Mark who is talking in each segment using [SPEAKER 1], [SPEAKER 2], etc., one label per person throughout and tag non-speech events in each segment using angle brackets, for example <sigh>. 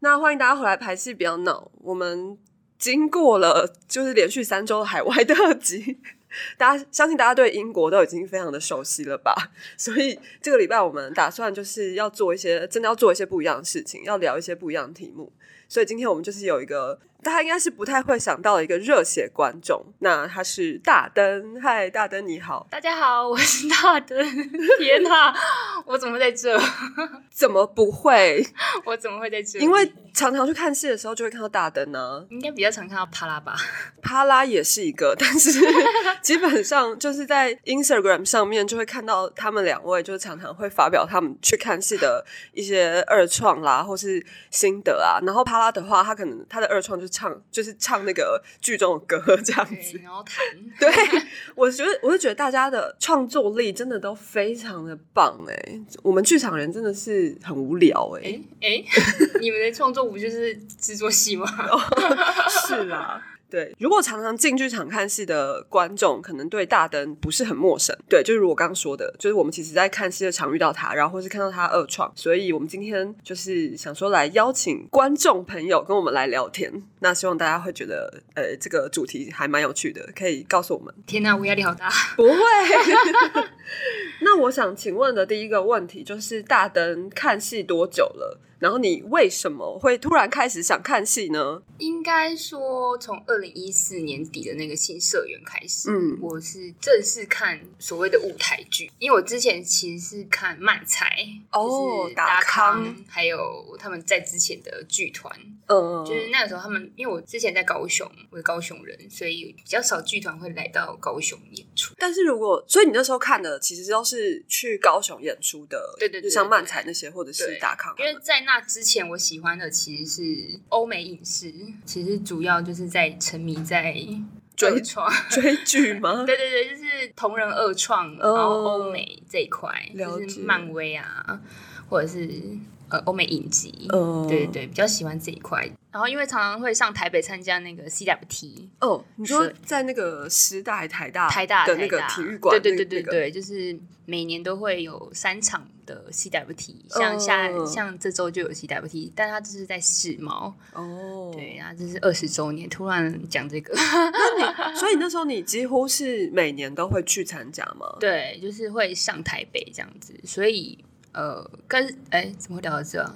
[SPEAKER 1] 那欢迎大家回来排戏，不要闹。我们经过了就是连续三周海外特辑，大家相信大家对英国都已经非常的熟悉了吧？所以这个礼拜我们打算就是要做一些真的要做一些不一样的事情，要聊一些不一样的题目。所以今天我们就是有一个大家应该是不太会想到的一个热血观众，那他是大灯。嗨，大灯你好，
[SPEAKER 2] 大家好，我是大灯。天哪，我怎么在这？
[SPEAKER 1] 怎么不会？
[SPEAKER 2] 我怎么会在这？
[SPEAKER 1] 因为常常去看戏的时候就会看到大灯啊呢、
[SPEAKER 2] 你应该比较常看到帕拉吧？
[SPEAKER 1] 帕拉也是一个， <laughs> 但是基本上就是在 Instagram 上面就会看到他们两位，就是常常会发表他们去看戏的一些二创啦，或是心得啊。然后帕拉的话，他可能他的二创就唱就是唱那个剧中的歌这样子
[SPEAKER 2] 对，。然后谈
[SPEAKER 1] <laughs> 对，我觉得我就觉得大家的创作力真的都非常的棒哎、我们剧场人真的是很无聊哎、
[SPEAKER 2] 哎哎，你们的创作不就是制作戏吗？
[SPEAKER 1] 哦 <laughs> 是啊。对，如果常常进剧场看戏的观众，可能对大灯不是很陌生。对，就是我刚刚说的，就是我们其实在看戏的常遇到他，然后或是看到他二创，所以我们今天就是想说来邀请观众朋友跟我们来聊天。那希望大家会觉得，呃，这个主题还蛮有趣的，可以告诉我们。
[SPEAKER 2] 天哪，我压力好大。
[SPEAKER 1] <laughs> 不会。那我想请问的第一个问题就是，大灯看戏多久了？然后你为什么会突然开始想看戏呢？
[SPEAKER 2] 应该说，从二零一四年底的那个新社员开始，
[SPEAKER 1] 嗯
[SPEAKER 2] 我是正式看所谓的舞台剧，因为我之前其实是看漫才，
[SPEAKER 1] 哦
[SPEAKER 2] 就是达
[SPEAKER 1] 达康
[SPEAKER 2] 康，还有他们在之前的剧团，
[SPEAKER 1] 嗯，
[SPEAKER 2] 就是那个时候，他们因为我之前在高雄，我是高雄人，所以比较少剧团会来到高雄演出。
[SPEAKER 1] 但是如果，所以你那时候看的其实都是去高雄演出的，
[SPEAKER 2] 对对对
[SPEAKER 1] 就像漫才那些或者是
[SPEAKER 2] 对
[SPEAKER 1] 达康啊他
[SPEAKER 2] 因
[SPEAKER 1] 们，
[SPEAKER 2] 为在那之前，我喜欢的其实是欧美影视，其实主要就是在沉迷在
[SPEAKER 1] <laughs> 追
[SPEAKER 2] 二创，
[SPEAKER 1] 追剧吗？
[SPEAKER 2] 对对对，就是同人二创，然
[SPEAKER 1] 哦
[SPEAKER 2] 后欧美这一块，
[SPEAKER 1] 了解
[SPEAKER 2] 就是漫威啊，或者是呃欧美影集，
[SPEAKER 1] 嗯，
[SPEAKER 2] 对对对，比较喜欢这一块。然后因为常常会上台北参加那个 CWT，
[SPEAKER 1] 哦，你说
[SPEAKER 2] 是
[SPEAKER 1] 在那个师大还台大
[SPEAKER 2] 台大
[SPEAKER 1] 的那个
[SPEAKER 2] 台大
[SPEAKER 1] 体育馆，
[SPEAKER 2] 对对对对
[SPEAKER 1] 那个
[SPEAKER 2] 对，就是每年都会有三场的 CWT，像下、
[SPEAKER 1] 嗯
[SPEAKER 2] 像这周就有 CWT，但它就是在世贸，
[SPEAKER 1] 哦，
[SPEAKER 2] 对，然后这是二十周年，突然讲这个， <laughs>
[SPEAKER 1] 那你所以那时候你几乎是每年都会去参加吗？
[SPEAKER 2] 对，就是会上台北这样子，所以呃，跟哎怎么会聊到这啊？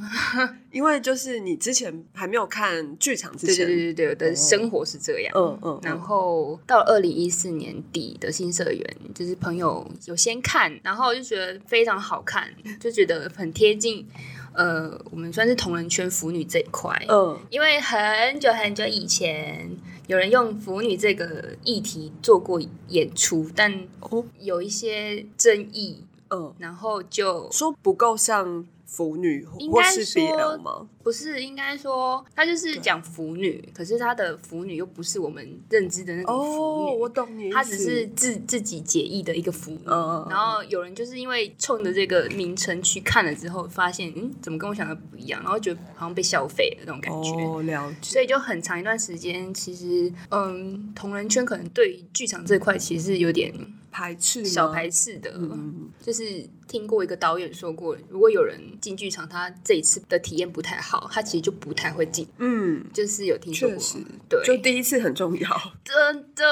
[SPEAKER 1] 因为就是你之前还没有看剧场之
[SPEAKER 2] 对对
[SPEAKER 1] 前，
[SPEAKER 2] 对对对，我的
[SPEAKER 1] 哦
[SPEAKER 2] 生活是这样，
[SPEAKER 1] 嗯嗯，
[SPEAKER 2] 然后到了二零一四年底的新社员，就是朋友有先看，然后就觉得非常好看，就觉得很贴近，呃，我们算是同人圈腐女这一块，
[SPEAKER 1] 嗯
[SPEAKER 2] 因为很久很久以前有人用腐女这个议题做过演出，但
[SPEAKER 1] 哦
[SPEAKER 2] 有一些争议，
[SPEAKER 1] 嗯，
[SPEAKER 2] 然后就
[SPEAKER 1] 说不够像腐女或
[SPEAKER 2] 应
[SPEAKER 1] 或
[SPEAKER 2] 该
[SPEAKER 1] 是
[SPEAKER 2] 说
[SPEAKER 1] BL 吗？
[SPEAKER 2] 不是应该说她就是讲腐女，可是她的腐女又不是我们认知的那种腐
[SPEAKER 1] 哦，
[SPEAKER 2] 女，
[SPEAKER 1] 我懂你意思，
[SPEAKER 2] 她只是自自己解意的一个服务。
[SPEAKER 1] 嗯
[SPEAKER 2] 然后有人就是因为冲着这个名称去看了之后，发现嗯，怎么跟我想的不一样，然后觉得好像被消费了那种感觉。
[SPEAKER 1] 哦，了解。
[SPEAKER 2] 所以就很长一段时间，其实嗯，同人圈可能对于剧场这块其实是有点
[SPEAKER 1] 排斥吗
[SPEAKER 2] 小排斥的。
[SPEAKER 1] 嗯，
[SPEAKER 2] 就是听过一个导演说过，如果有人进剧场，他这一次的体验不太好，他其实就不太会进。
[SPEAKER 1] 嗯，
[SPEAKER 2] 就是有听说
[SPEAKER 1] 确
[SPEAKER 2] 过，
[SPEAKER 1] 实，
[SPEAKER 2] 对，
[SPEAKER 1] 就第一次很重要。
[SPEAKER 2] 真的，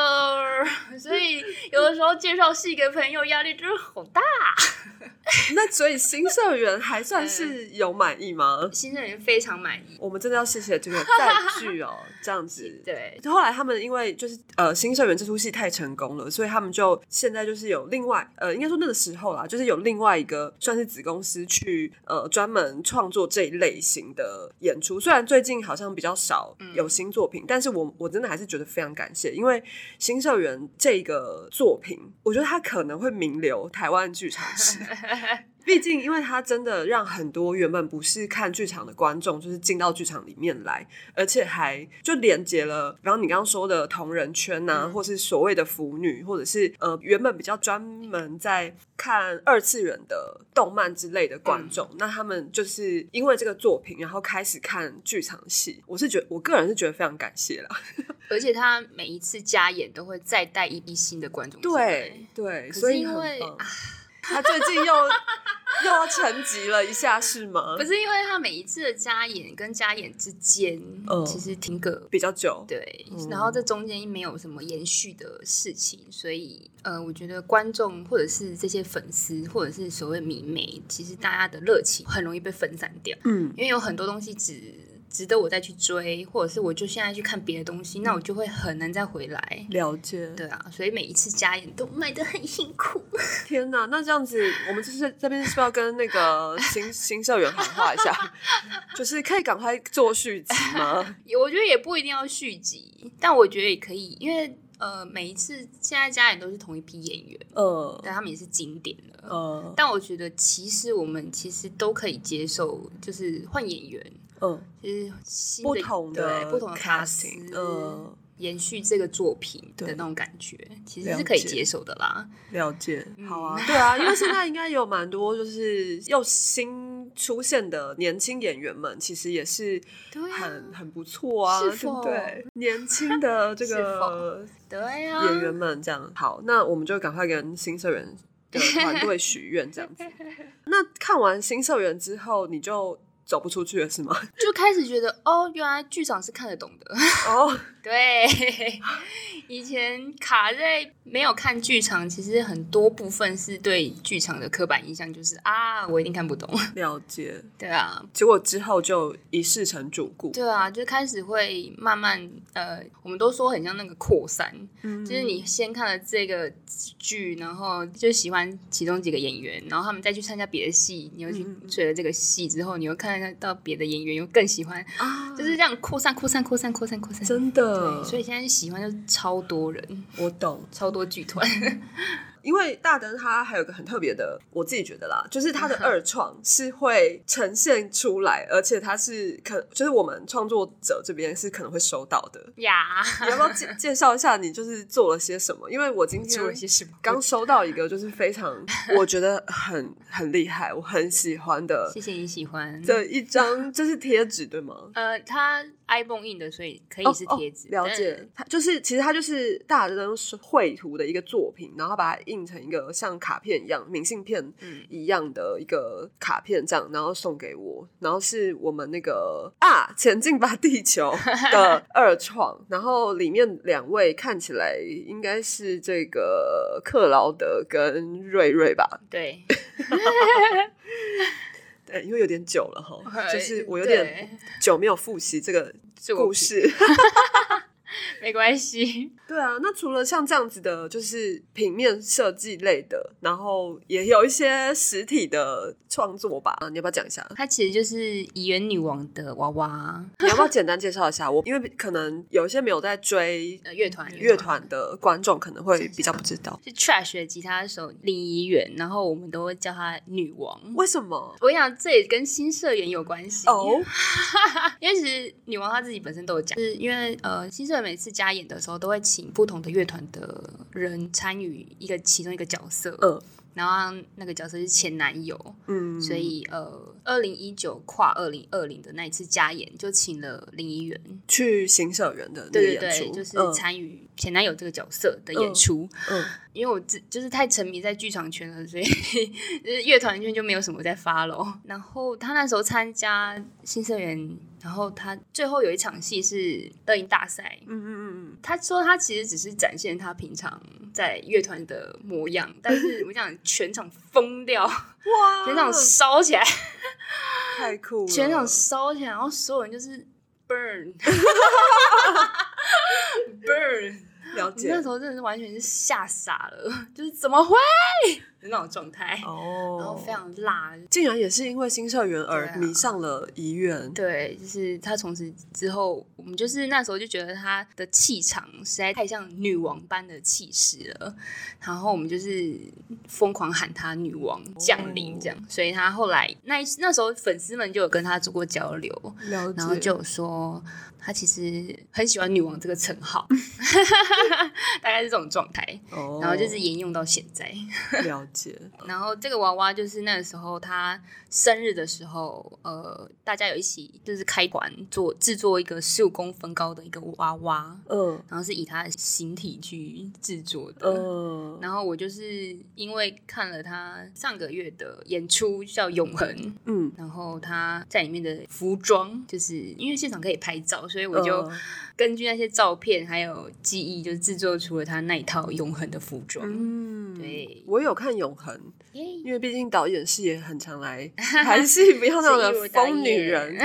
[SPEAKER 2] <laughs> 所以有的时候介绍戏给朋友，压力真的好大。
[SPEAKER 1] 那所以新社员还算是有满意吗？
[SPEAKER 2] 新人员非常满意，
[SPEAKER 1] 我们真的要谢谢这个赞剧哦，这样子。
[SPEAKER 2] 对，
[SPEAKER 1] 后来他们因为就是呃新社员这出戏太成功了，所以他们就现在就是有另外呃应该说那个时候啦，就是有另外一个算是子公司去呃专门创作这一类型的演出。虽然最近好像比较少有新作品，但是我我真的还是觉得非常感谢，因为新社员这个作品，我觉得它可能会名留台湾剧场史。毕竟，因为它真的让很多原本不是看剧场的观众，就是进到剧场里面来，而且还就连接了，然后你刚刚说的同人圈呐、
[SPEAKER 2] 嗯
[SPEAKER 1] 或是所谓的腐女，或者是呃原本比较专门在看二次元的动漫之类的
[SPEAKER 2] 嗯
[SPEAKER 1] 观众，那他们就是因为这个作品，然后开始看剧场戏。我是觉得，我个人是觉得非常感谢啦。
[SPEAKER 2] 而且他每一次加演都会再带一批新的观众进来。
[SPEAKER 1] 对，
[SPEAKER 2] 可
[SPEAKER 1] 所
[SPEAKER 2] 是
[SPEAKER 1] 以
[SPEAKER 2] 因
[SPEAKER 1] 很
[SPEAKER 2] 为啊
[SPEAKER 1] 棒。他最近又又要沉寂了一下，是吗
[SPEAKER 2] 不？是因为他每一次的加演跟加演之间，
[SPEAKER 1] 嗯
[SPEAKER 2] 其实停个
[SPEAKER 1] 比较久，
[SPEAKER 2] 对，
[SPEAKER 1] 嗯
[SPEAKER 2] 然后这中间没有什么延续的事情，所以呃，我觉得观众或者是这些粉丝或者是所谓迷妹，其实大家的热情很容易被分散掉，
[SPEAKER 1] 嗯，
[SPEAKER 2] 因为有很多东西只值得我再去追，或者是我就现在去看别的东西，那我就会很难再回来。
[SPEAKER 1] 了解。
[SPEAKER 2] 对啊，所以每一次加演都卖得很辛苦。 <laughs>
[SPEAKER 1] 天哪，那这样子，我们就是这边是不是要跟那
[SPEAKER 2] <laughs>
[SPEAKER 1] 个新新社员喊话一下？就是可以赶快做续集
[SPEAKER 2] <laughs>
[SPEAKER 1] 吗？
[SPEAKER 2] 也我觉得也不一定要续集，但我觉得也可以，因为呃，每一次现在加演都是同一批演员，
[SPEAKER 1] 呃
[SPEAKER 2] 但他们也是经典了。
[SPEAKER 1] 呃
[SPEAKER 2] 但我觉得其实我们其实都可以接受，就是换演员，
[SPEAKER 1] 呃，
[SPEAKER 2] 就是新的
[SPEAKER 1] 不同的
[SPEAKER 2] 对不同的卡司
[SPEAKER 1] casting，呃，
[SPEAKER 2] 延续这个作品的
[SPEAKER 1] 对
[SPEAKER 2] 那种感觉，其实
[SPEAKER 1] 了
[SPEAKER 2] 是可以
[SPEAKER 1] 解
[SPEAKER 2] 接受的啦。
[SPEAKER 1] 了解。
[SPEAKER 2] 嗯
[SPEAKER 1] 好啊，对啊，因为现在应该有蛮多就是又新出现的年轻演员们，其实也是
[SPEAKER 2] 对啊
[SPEAKER 1] 很，很不错啊，
[SPEAKER 2] 是
[SPEAKER 1] 对不
[SPEAKER 2] 否
[SPEAKER 1] 对？年轻的这
[SPEAKER 2] 是
[SPEAKER 1] 个
[SPEAKER 2] 否对啊，
[SPEAKER 1] 演员们这样。好，那我们就赶快跟新社员的团
[SPEAKER 2] <laughs>
[SPEAKER 1] 队许愿这样子。那看完新社员之后，你就走不出去了是吗？
[SPEAKER 2] 就开始觉得哦，原来剧场是看得懂的。
[SPEAKER 1] 哦，
[SPEAKER 2] <laughs> 对， <laughs> 以前卡在没有看剧场，其实很多部分是对剧场的刻板印象，就是啊，我一定看不懂。 <laughs>
[SPEAKER 1] 了解。
[SPEAKER 2] 对啊，
[SPEAKER 1] 结果之后就一试成主顾，
[SPEAKER 2] 对啊，就开始会慢慢呃，我们都说很像那个扩散，
[SPEAKER 1] 嗯
[SPEAKER 2] 就是你先看了这个剧，然后就喜欢其中几个演员，然后他们再去参加别的戏，你又去
[SPEAKER 1] 嗯嗯嗯
[SPEAKER 2] 追了这个戏之后，你又看到别的演员，又更喜欢，
[SPEAKER 1] 啊，
[SPEAKER 2] 就是这样扩散、扩散、扩散、扩散、扩散。
[SPEAKER 1] 真
[SPEAKER 2] 对，
[SPEAKER 1] 的，
[SPEAKER 2] 所以现在喜欢就超多人，
[SPEAKER 1] 我懂。
[SPEAKER 2] 超多剧团。
[SPEAKER 1] 因为大灯它还有个很特别的，我自己觉得啦，就是
[SPEAKER 2] 嗯
[SPEAKER 1] 它的二创是会呈现出来，而且它是可就是我们创作者这边是可能会收到的。
[SPEAKER 2] 呀，
[SPEAKER 1] 你要不要介介绍一下你就是做了些什么？因为我今天
[SPEAKER 2] <laughs> 做了些什么？
[SPEAKER 1] 刚收到一个就是非
[SPEAKER 2] <laughs>
[SPEAKER 1] 常我觉得很很厉害，我很喜欢的
[SPEAKER 2] 谢谢你喜欢。
[SPEAKER 1] 的一张，这是贴纸对吗？
[SPEAKER 2] 呃，它 iPhone 印的，所以可以是贴纸、
[SPEAKER 1] 哦哦了解。它就是其实它就是大灯是绘图的一个作品，然后把它印成一个像卡片一样、明信片
[SPEAKER 2] 嗯
[SPEAKER 1] 一样的一个卡片这样，然后送给我，然后是我们那个啊前进吧地
[SPEAKER 2] <laughs>
[SPEAKER 1] 球的二创，然后里面两位看起来应该是这个克劳德跟瑞瑞吧，
[SPEAKER 2] 但对， <laughs>
[SPEAKER 1] 对，哎因为有点久了哈，就是我有
[SPEAKER 2] 对
[SPEAKER 1] 点久没有复习哎这个
[SPEAKER 2] 作
[SPEAKER 1] 故
[SPEAKER 2] 品
[SPEAKER 1] 事。 <laughs>
[SPEAKER 2] 没关系，
[SPEAKER 1] 对啊，那除了像这样子的，就是平面设计类的，然后也有一些实体的创作吧，嗯你要不要讲一下？
[SPEAKER 2] 它其实就是怡园女王的娃娃
[SPEAKER 1] 你要不要简单介绍一下？我因为可能有一些没有在追
[SPEAKER 2] 呃乐团
[SPEAKER 1] 乐团的观众，可能会比较不知道
[SPEAKER 2] 是 Trash 的吉他手林怡园，然后我们都会叫她女王。
[SPEAKER 1] 为什么
[SPEAKER 2] 我想这也跟新社员有关系
[SPEAKER 1] 哦，
[SPEAKER 2] <laughs> 因为其实女王她自己本身都有讲，就是因为呃新社员每次加演的时候都会请不同的乐团的人参与一个其中一个角色，
[SPEAKER 1] 嗯
[SPEAKER 2] 然后那个角色是前男友，
[SPEAKER 1] 嗯，
[SPEAKER 2] 所以呃二零一九跨二零二零的那一次加演就请了林怡园，
[SPEAKER 1] 去新社员的那个
[SPEAKER 2] 对对
[SPEAKER 1] 演
[SPEAKER 2] 对，
[SPEAKER 1] 出，
[SPEAKER 2] 就是
[SPEAKER 1] 嗯
[SPEAKER 2] 参与前男友这个角色的演出。
[SPEAKER 1] 嗯
[SPEAKER 2] 因为我自就是太沉迷在剧场圈了，所以 <laughs> 就是乐团圈就没有什么在发喽。然后他那时候参加新社员，然后他最后有一场戏是乐音大赛。
[SPEAKER 1] 嗯嗯嗯
[SPEAKER 2] 他说他其实只是展现他平常在乐团的模样，但是我想全场疯掉，
[SPEAKER 1] 嗯，哇，
[SPEAKER 2] 全场烧起来，
[SPEAKER 1] 太酷了，
[SPEAKER 2] 全场烧起来，然后所有人就是 burn burn。
[SPEAKER 1] 了
[SPEAKER 2] 我那
[SPEAKER 1] 解
[SPEAKER 2] 时候真的是完全是吓傻了，就是怎么会 <laughs> 的那种状态，
[SPEAKER 1] 哦，
[SPEAKER 2] 然后非常辣。
[SPEAKER 1] 竟然也是因为新社员而
[SPEAKER 2] 对啊
[SPEAKER 1] 迷上了怡园，
[SPEAKER 2] 对，就是她从此之后，我们就是那时候就觉得她的气场实在太像女王般的气势了，然后我们就是疯狂喊她女王降临这样，所以她后来那一那时候粉丝们就有跟她做过交流，
[SPEAKER 1] 了解，
[SPEAKER 2] 然后就有说她其实很喜欢女王这个称 <laughs> 号，大概是这种状态，
[SPEAKER 1] 哦，
[SPEAKER 2] 然后就是沿用到现在。
[SPEAKER 1] 了解。
[SPEAKER 2] 然后这个娃娃就是那个时候他生日的时候，呃，大家有一起就是开馆做制作一个十五公分高的一个娃娃，
[SPEAKER 1] <laughs> 嗯
[SPEAKER 2] 然后是以他的形体去制作的。
[SPEAKER 1] 嗯，
[SPEAKER 2] 然后我就是因为看了他上个月的演出叫《永恒》，
[SPEAKER 1] 嗯，
[SPEAKER 2] 然后他在里面的服装，就是因为现场可以拍照，所以我就
[SPEAKER 1] 嗯
[SPEAKER 2] 根据那些照片还有记忆，就制作出了他那一套永恒的服装。
[SPEAKER 1] 嗯，
[SPEAKER 2] 对
[SPEAKER 1] 我有看《永恒》，
[SPEAKER 2] 耶
[SPEAKER 1] 因为毕竟导演是也很常来
[SPEAKER 2] <laughs>
[SPEAKER 1] 韩系，不要那
[SPEAKER 2] 是一
[SPEAKER 1] 种
[SPEAKER 2] 如
[SPEAKER 1] 的
[SPEAKER 2] 导
[SPEAKER 1] 疯女
[SPEAKER 2] 演 <laughs>
[SPEAKER 1] 人。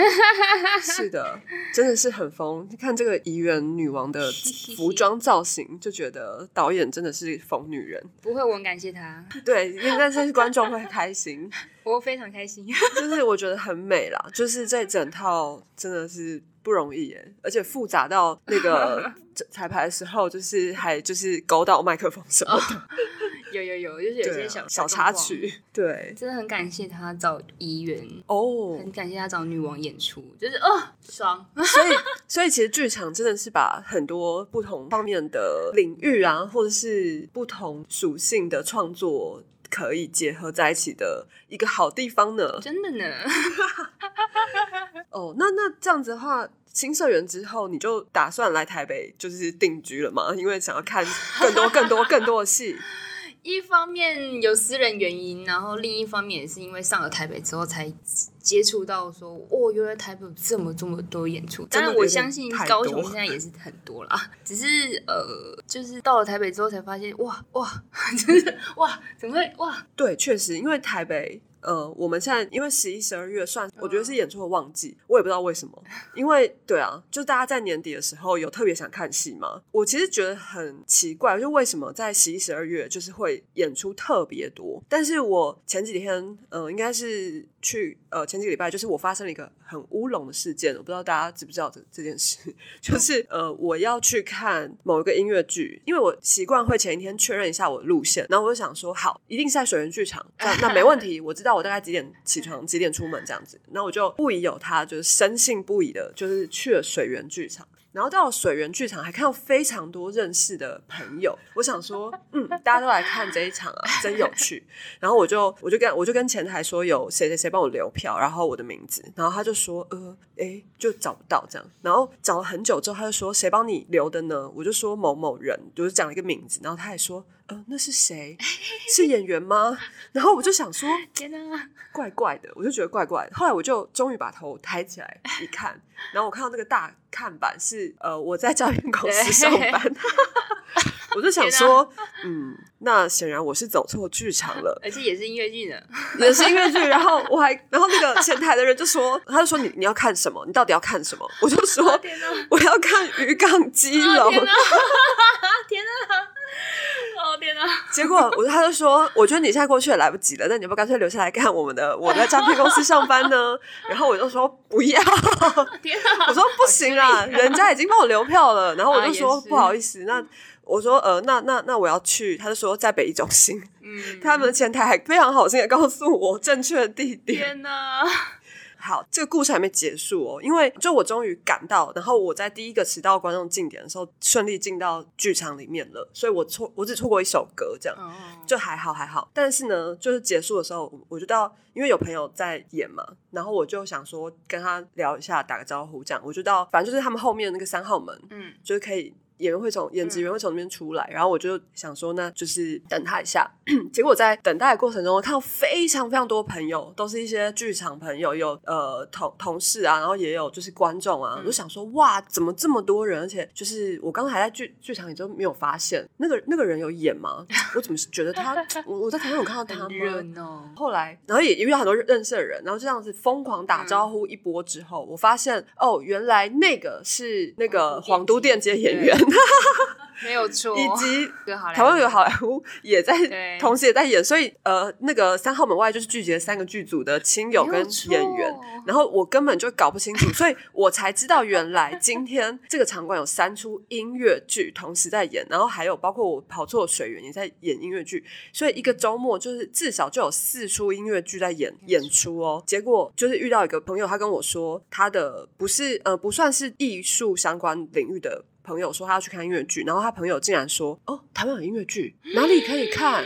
[SPEAKER 1] 是的，真的是很疯。看这个怡园女王
[SPEAKER 2] <laughs>
[SPEAKER 1] 的服装造型，就觉得导演真的是疯女人。
[SPEAKER 2] 不会，我很感谢他，
[SPEAKER 1] 对，因为但是观众会开心，
[SPEAKER 2] 我非常开心。 <laughs>
[SPEAKER 1] 就是我觉得很美啦，就是这整套真的是不容易耶，而且复杂到那
[SPEAKER 2] <laughs>
[SPEAKER 1] 个彩排的时候，就是还就是勾到麦克风什么的，
[SPEAKER 2] 有有有，就是哦有
[SPEAKER 1] 对
[SPEAKER 2] 些
[SPEAKER 1] 啊
[SPEAKER 2] 小、
[SPEAKER 1] 小插，曲，对。
[SPEAKER 2] 真的很感谢他找怡园，
[SPEAKER 1] 哦，
[SPEAKER 2] 很感谢他找女王演出，就是哦爽。 <laughs>
[SPEAKER 1] 所以，所以其实剧场真的是把很多不同方面的领域啊，或者是不同属性的创作可以结合在一起的一个好地方呢。
[SPEAKER 2] 真的呢， <laughs>
[SPEAKER 1] 哦，那那这样子的话，新社员之后你就打算来台北就是定居了吗？因为想要看更多、更多、更多的戏。
[SPEAKER 2] 一方面有私人原因，然后另一方面也是因为上了台北之后才接触到说，哦，原来台北有这么这么多演出。
[SPEAKER 1] 真
[SPEAKER 2] 当
[SPEAKER 1] 的
[SPEAKER 2] 然，
[SPEAKER 1] 有
[SPEAKER 2] 我
[SPEAKER 1] 点
[SPEAKER 2] 相信
[SPEAKER 1] 太
[SPEAKER 2] 高
[SPEAKER 1] 多
[SPEAKER 2] 雄现在也是很多啦，只是呃，就是到了台北之后才发现，哇哇， <laughs> 真是哇，怎么会哇？
[SPEAKER 1] 对，确实，因为台北，呃，我们现在因为十一、十二月算，我觉得是演出的旺季，我也不知道为什么。因为对啊，就大家在年底的时候有特别想看戏吗？我其实觉得很奇怪，就为什么在十一、十二月就是会演出特别多？但是我前几天，呃，应该是去呃前几个礼拜，就是我发生了一个很乌龙的事件，我不知道大家知不知道这这件事。就是呃，我要去看某一个音乐剧，因为我习惯会前一天确认一下我的路线，然后我就想说，好，一定是在水源剧场，这样那没问题，我知道我大概几点起床，几点出门这样子，然后我就不疑有他，就是深信不疑的，就是去了水源剧场。然后到了水源剧场，还看到非常多认识的朋友。我想说，嗯，大家都来看这一场啊，真有趣。然后我就我就跟我就跟前台说有谁谁谁帮我留票，然后我的名字，然后他就说呃，诶，就找不到这样，然后找了很久之后，他就说谁帮你留的呢？我就说某某人，就是讲了一个名字，然后他还说呃那是谁？是演员吗？然后我就想说
[SPEAKER 2] 天哪、
[SPEAKER 1] 怪怪的，我就觉得怪怪的。后来我就终于把头抬起来一看，然后我看到那个大看板是呃我在教育公司上班， <laughs> 我就想说嗯，那显然我是走错剧场了。
[SPEAKER 2] 而且也是音乐剧呢，
[SPEAKER 1] 也是音乐剧，然后我还，然后那个前台的人就说，他就说你你要看什么？你到底要看什么？我就说
[SPEAKER 2] 天哪、
[SPEAKER 1] 我要看《渔港基
[SPEAKER 2] 哦
[SPEAKER 1] 隆
[SPEAKER 2] 天》，哪， <laughs> 天哪，哦天哪！
[SPEAKER 1] 结果我他就说，我觉得你现在过去也来不及了，那你要不要干脆留下来看我们的我在诈骗公司上班呢？然后我就说不要，
[SPEAKER 2] 天啊！
[SPEAKER 1] 我说不行 <laughs> 啊，人家已经帮我留票了，然后我就
[SPEAKER 2] 啊
[SPEAKER 1] 说
[SPEAKER 2] 也是
[SPEAKER 1] 不好意思，那我说呃那那那我要去，他就说在北一中心，
[SPEAKER 2] 嗯，
[SPEAKER 1] 他们前台还非常好心的告诉我正确的地点。
[SPEAKER 2] 天哪！
[SPEAKER 1] 好，这个故事还没结束哦，因为就我终于赶到，然后我在第一个迟到观众进点的时候，顺利进到剧场里面了，所以我错，我只错过一首歌，这样
[SPEAKER 2] 哦，
[SPEAKER 1] 就还好还好。但是呢，就是结束的时候，我就到，因为有朋友在演嘛，然后我就想说跟他聊一下，打个招呼，这样我就到，反正就是他们后面那个三号门，
[SPEAKER 2] 嗯
[SPEAKER 1] 就是可以演员会从演职员会从那边出来，然后我就想说，那就是等他一下。 <clears throat> 结果在等待的过程中，我看到非常非常多朋友，都是一些剧场朋友，有呃同同事啊，然后也有就是观众啊。
[SPEAKER 2] 嗯
[SPEAKER 1] 我就想说，哇，怎么这么多人？而且就是我刚才在剧剧场里都没有发现那个那个人有演吗？我怎么觉得他？ <laughs> 我我在台上有看到他
[SPEAKER 2] 很热
[SPEAKER 1] 吗？
[SPEAKER 2] 闹，
[SPEAKER 1] 后来，然后也遇到很多认识的人，然后就这样子疯狂打
[SPEAKER 2] 嗯
[SPEAKER 1] 招呼一波之后，我发现哦，原来那个是那个皇
[SPEAKER 2] 皇都
[SPEAKER 1] 都
[SPEAKER 2] 电
[SPEAKER 1] 电
[SPEAKER 2] 机
[SPEAKER 1] 街演员，
[SPEAKER 2] 没有错。
[SPEAKER 1] <laughs> 以及
[SPEAKER 2] 这个好莱坞
[SPEAKER 1] 台湾有好莱坞也
[SPEAKER 2] 对
[SPEAKER 1] 在，同时也在演，所以呃，那个三号门外就是聚集了三个剧组的亲友
[SPEAKER 2] 没有
[SPEAKER 1] 跟
[SPEAKER 2] 错
[SPEAKER 1] 演员，
[SPEAKER 2] 哦
[SPEAKER 1] 然后我根本就搞不清楚，所以我才知道原来今天这个场馆有三出音乐剧同时在演，然后还有包括我跑错水源也在演音乐剧，所以一个周末就是至少就有四出音乐剧在演演出哦。结果就是遇到一个朋友，他跟我说他的不是呃不算是艺术相关领域的。朋友说他要去看音乐剧，然后他朋友竟然说：“哦，台湾有音乐剧，哪里可以看？”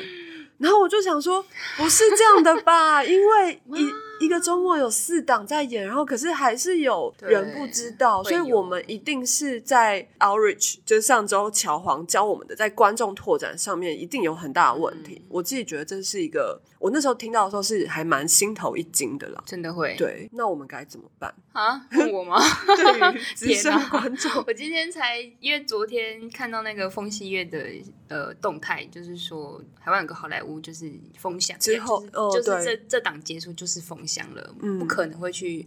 [SPEAKER 1] 然后我就想说，不是这样的
[SPEAKER 2] <laughs>
[SPEAKER 1] 吧？因为一一个周末有四档在演，然后可是还是有人不知道，
[SPEAKER 2] 对
[SPEAKER 1] 所以
[SPEAKER 2] 会有
[SPEAKER 1] 我们一定是在 outreach，就是上周乔黄教我们的，在观众拓展上面一定有很大的问
[SPEAKER 2] 嗯
[SPEAKER 1] 题。我自己觉得这是一个，我那时候听到的时候是还蛮心头一惊的啦。
[SPEAKER 2] 真的会
[SPEAKER 1] 对，那我们该怎么
[SPEAKER 2] <laughs>
[SPEAKER 1] 办？
[SPEAKER 2] 啊？问我吗？
[SPEAKER 1] 对于资
[SPEAKER 2] 天
[SPEAKER 1] 深
[SPEAKER 2] 哪
[SPEAKER 1] 观众，
[SPEAKER 2] 我今天才，因为昨天看到那个风戏月的呃动态，就是说台湾有个好莱坞就是封箱
[SPEAKER 1] 之后哦
[SPEAKER 2] 就是、就是
[SPEAKER 1] 对
[SPEAKER 2] 这这档结束就是封箱了，
[SPEAKER 1] 嗯
[SPEAKER 2] 不可能会去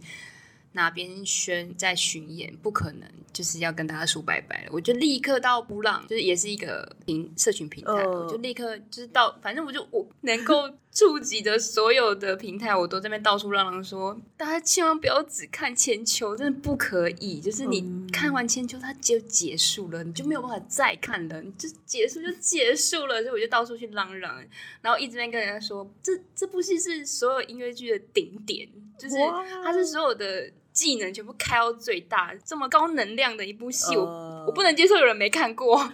[SPEAKER 2] 哪边宣在巡演，不可能就是要跟大家说拜拜了。我就立刻到布朗，就是也是一个平社群平台，
[SPEAKER 1] 嗯
[SPEAKER 2] 我就立刻就是到，反正我就我能够触及的所有的平台，我都在那边到处嚷嚷说，大家千万不要只看千秋，真的不可以，就是你
[SPEAKER 1] 嗯
[SPEAKER 2] 看完千秋，它就结束了，你就没有办法再看了，你就结束就结束了，所以我就到处去嚷嚷，然后一直在跟人家说，这这部戏是所有音乐剧的顶点，就是
[SPEAKER 1] 哇
[SPEAKER 2] 它是所有的技能全部开到最大，这么高能量的一部戏，我
[SPEAKER 1] 呃
[SPEAKER 2] 我不能接受有人没
[SPEAKER 1] <laughs>
[SPEAKER 2] 看过。 <laughs>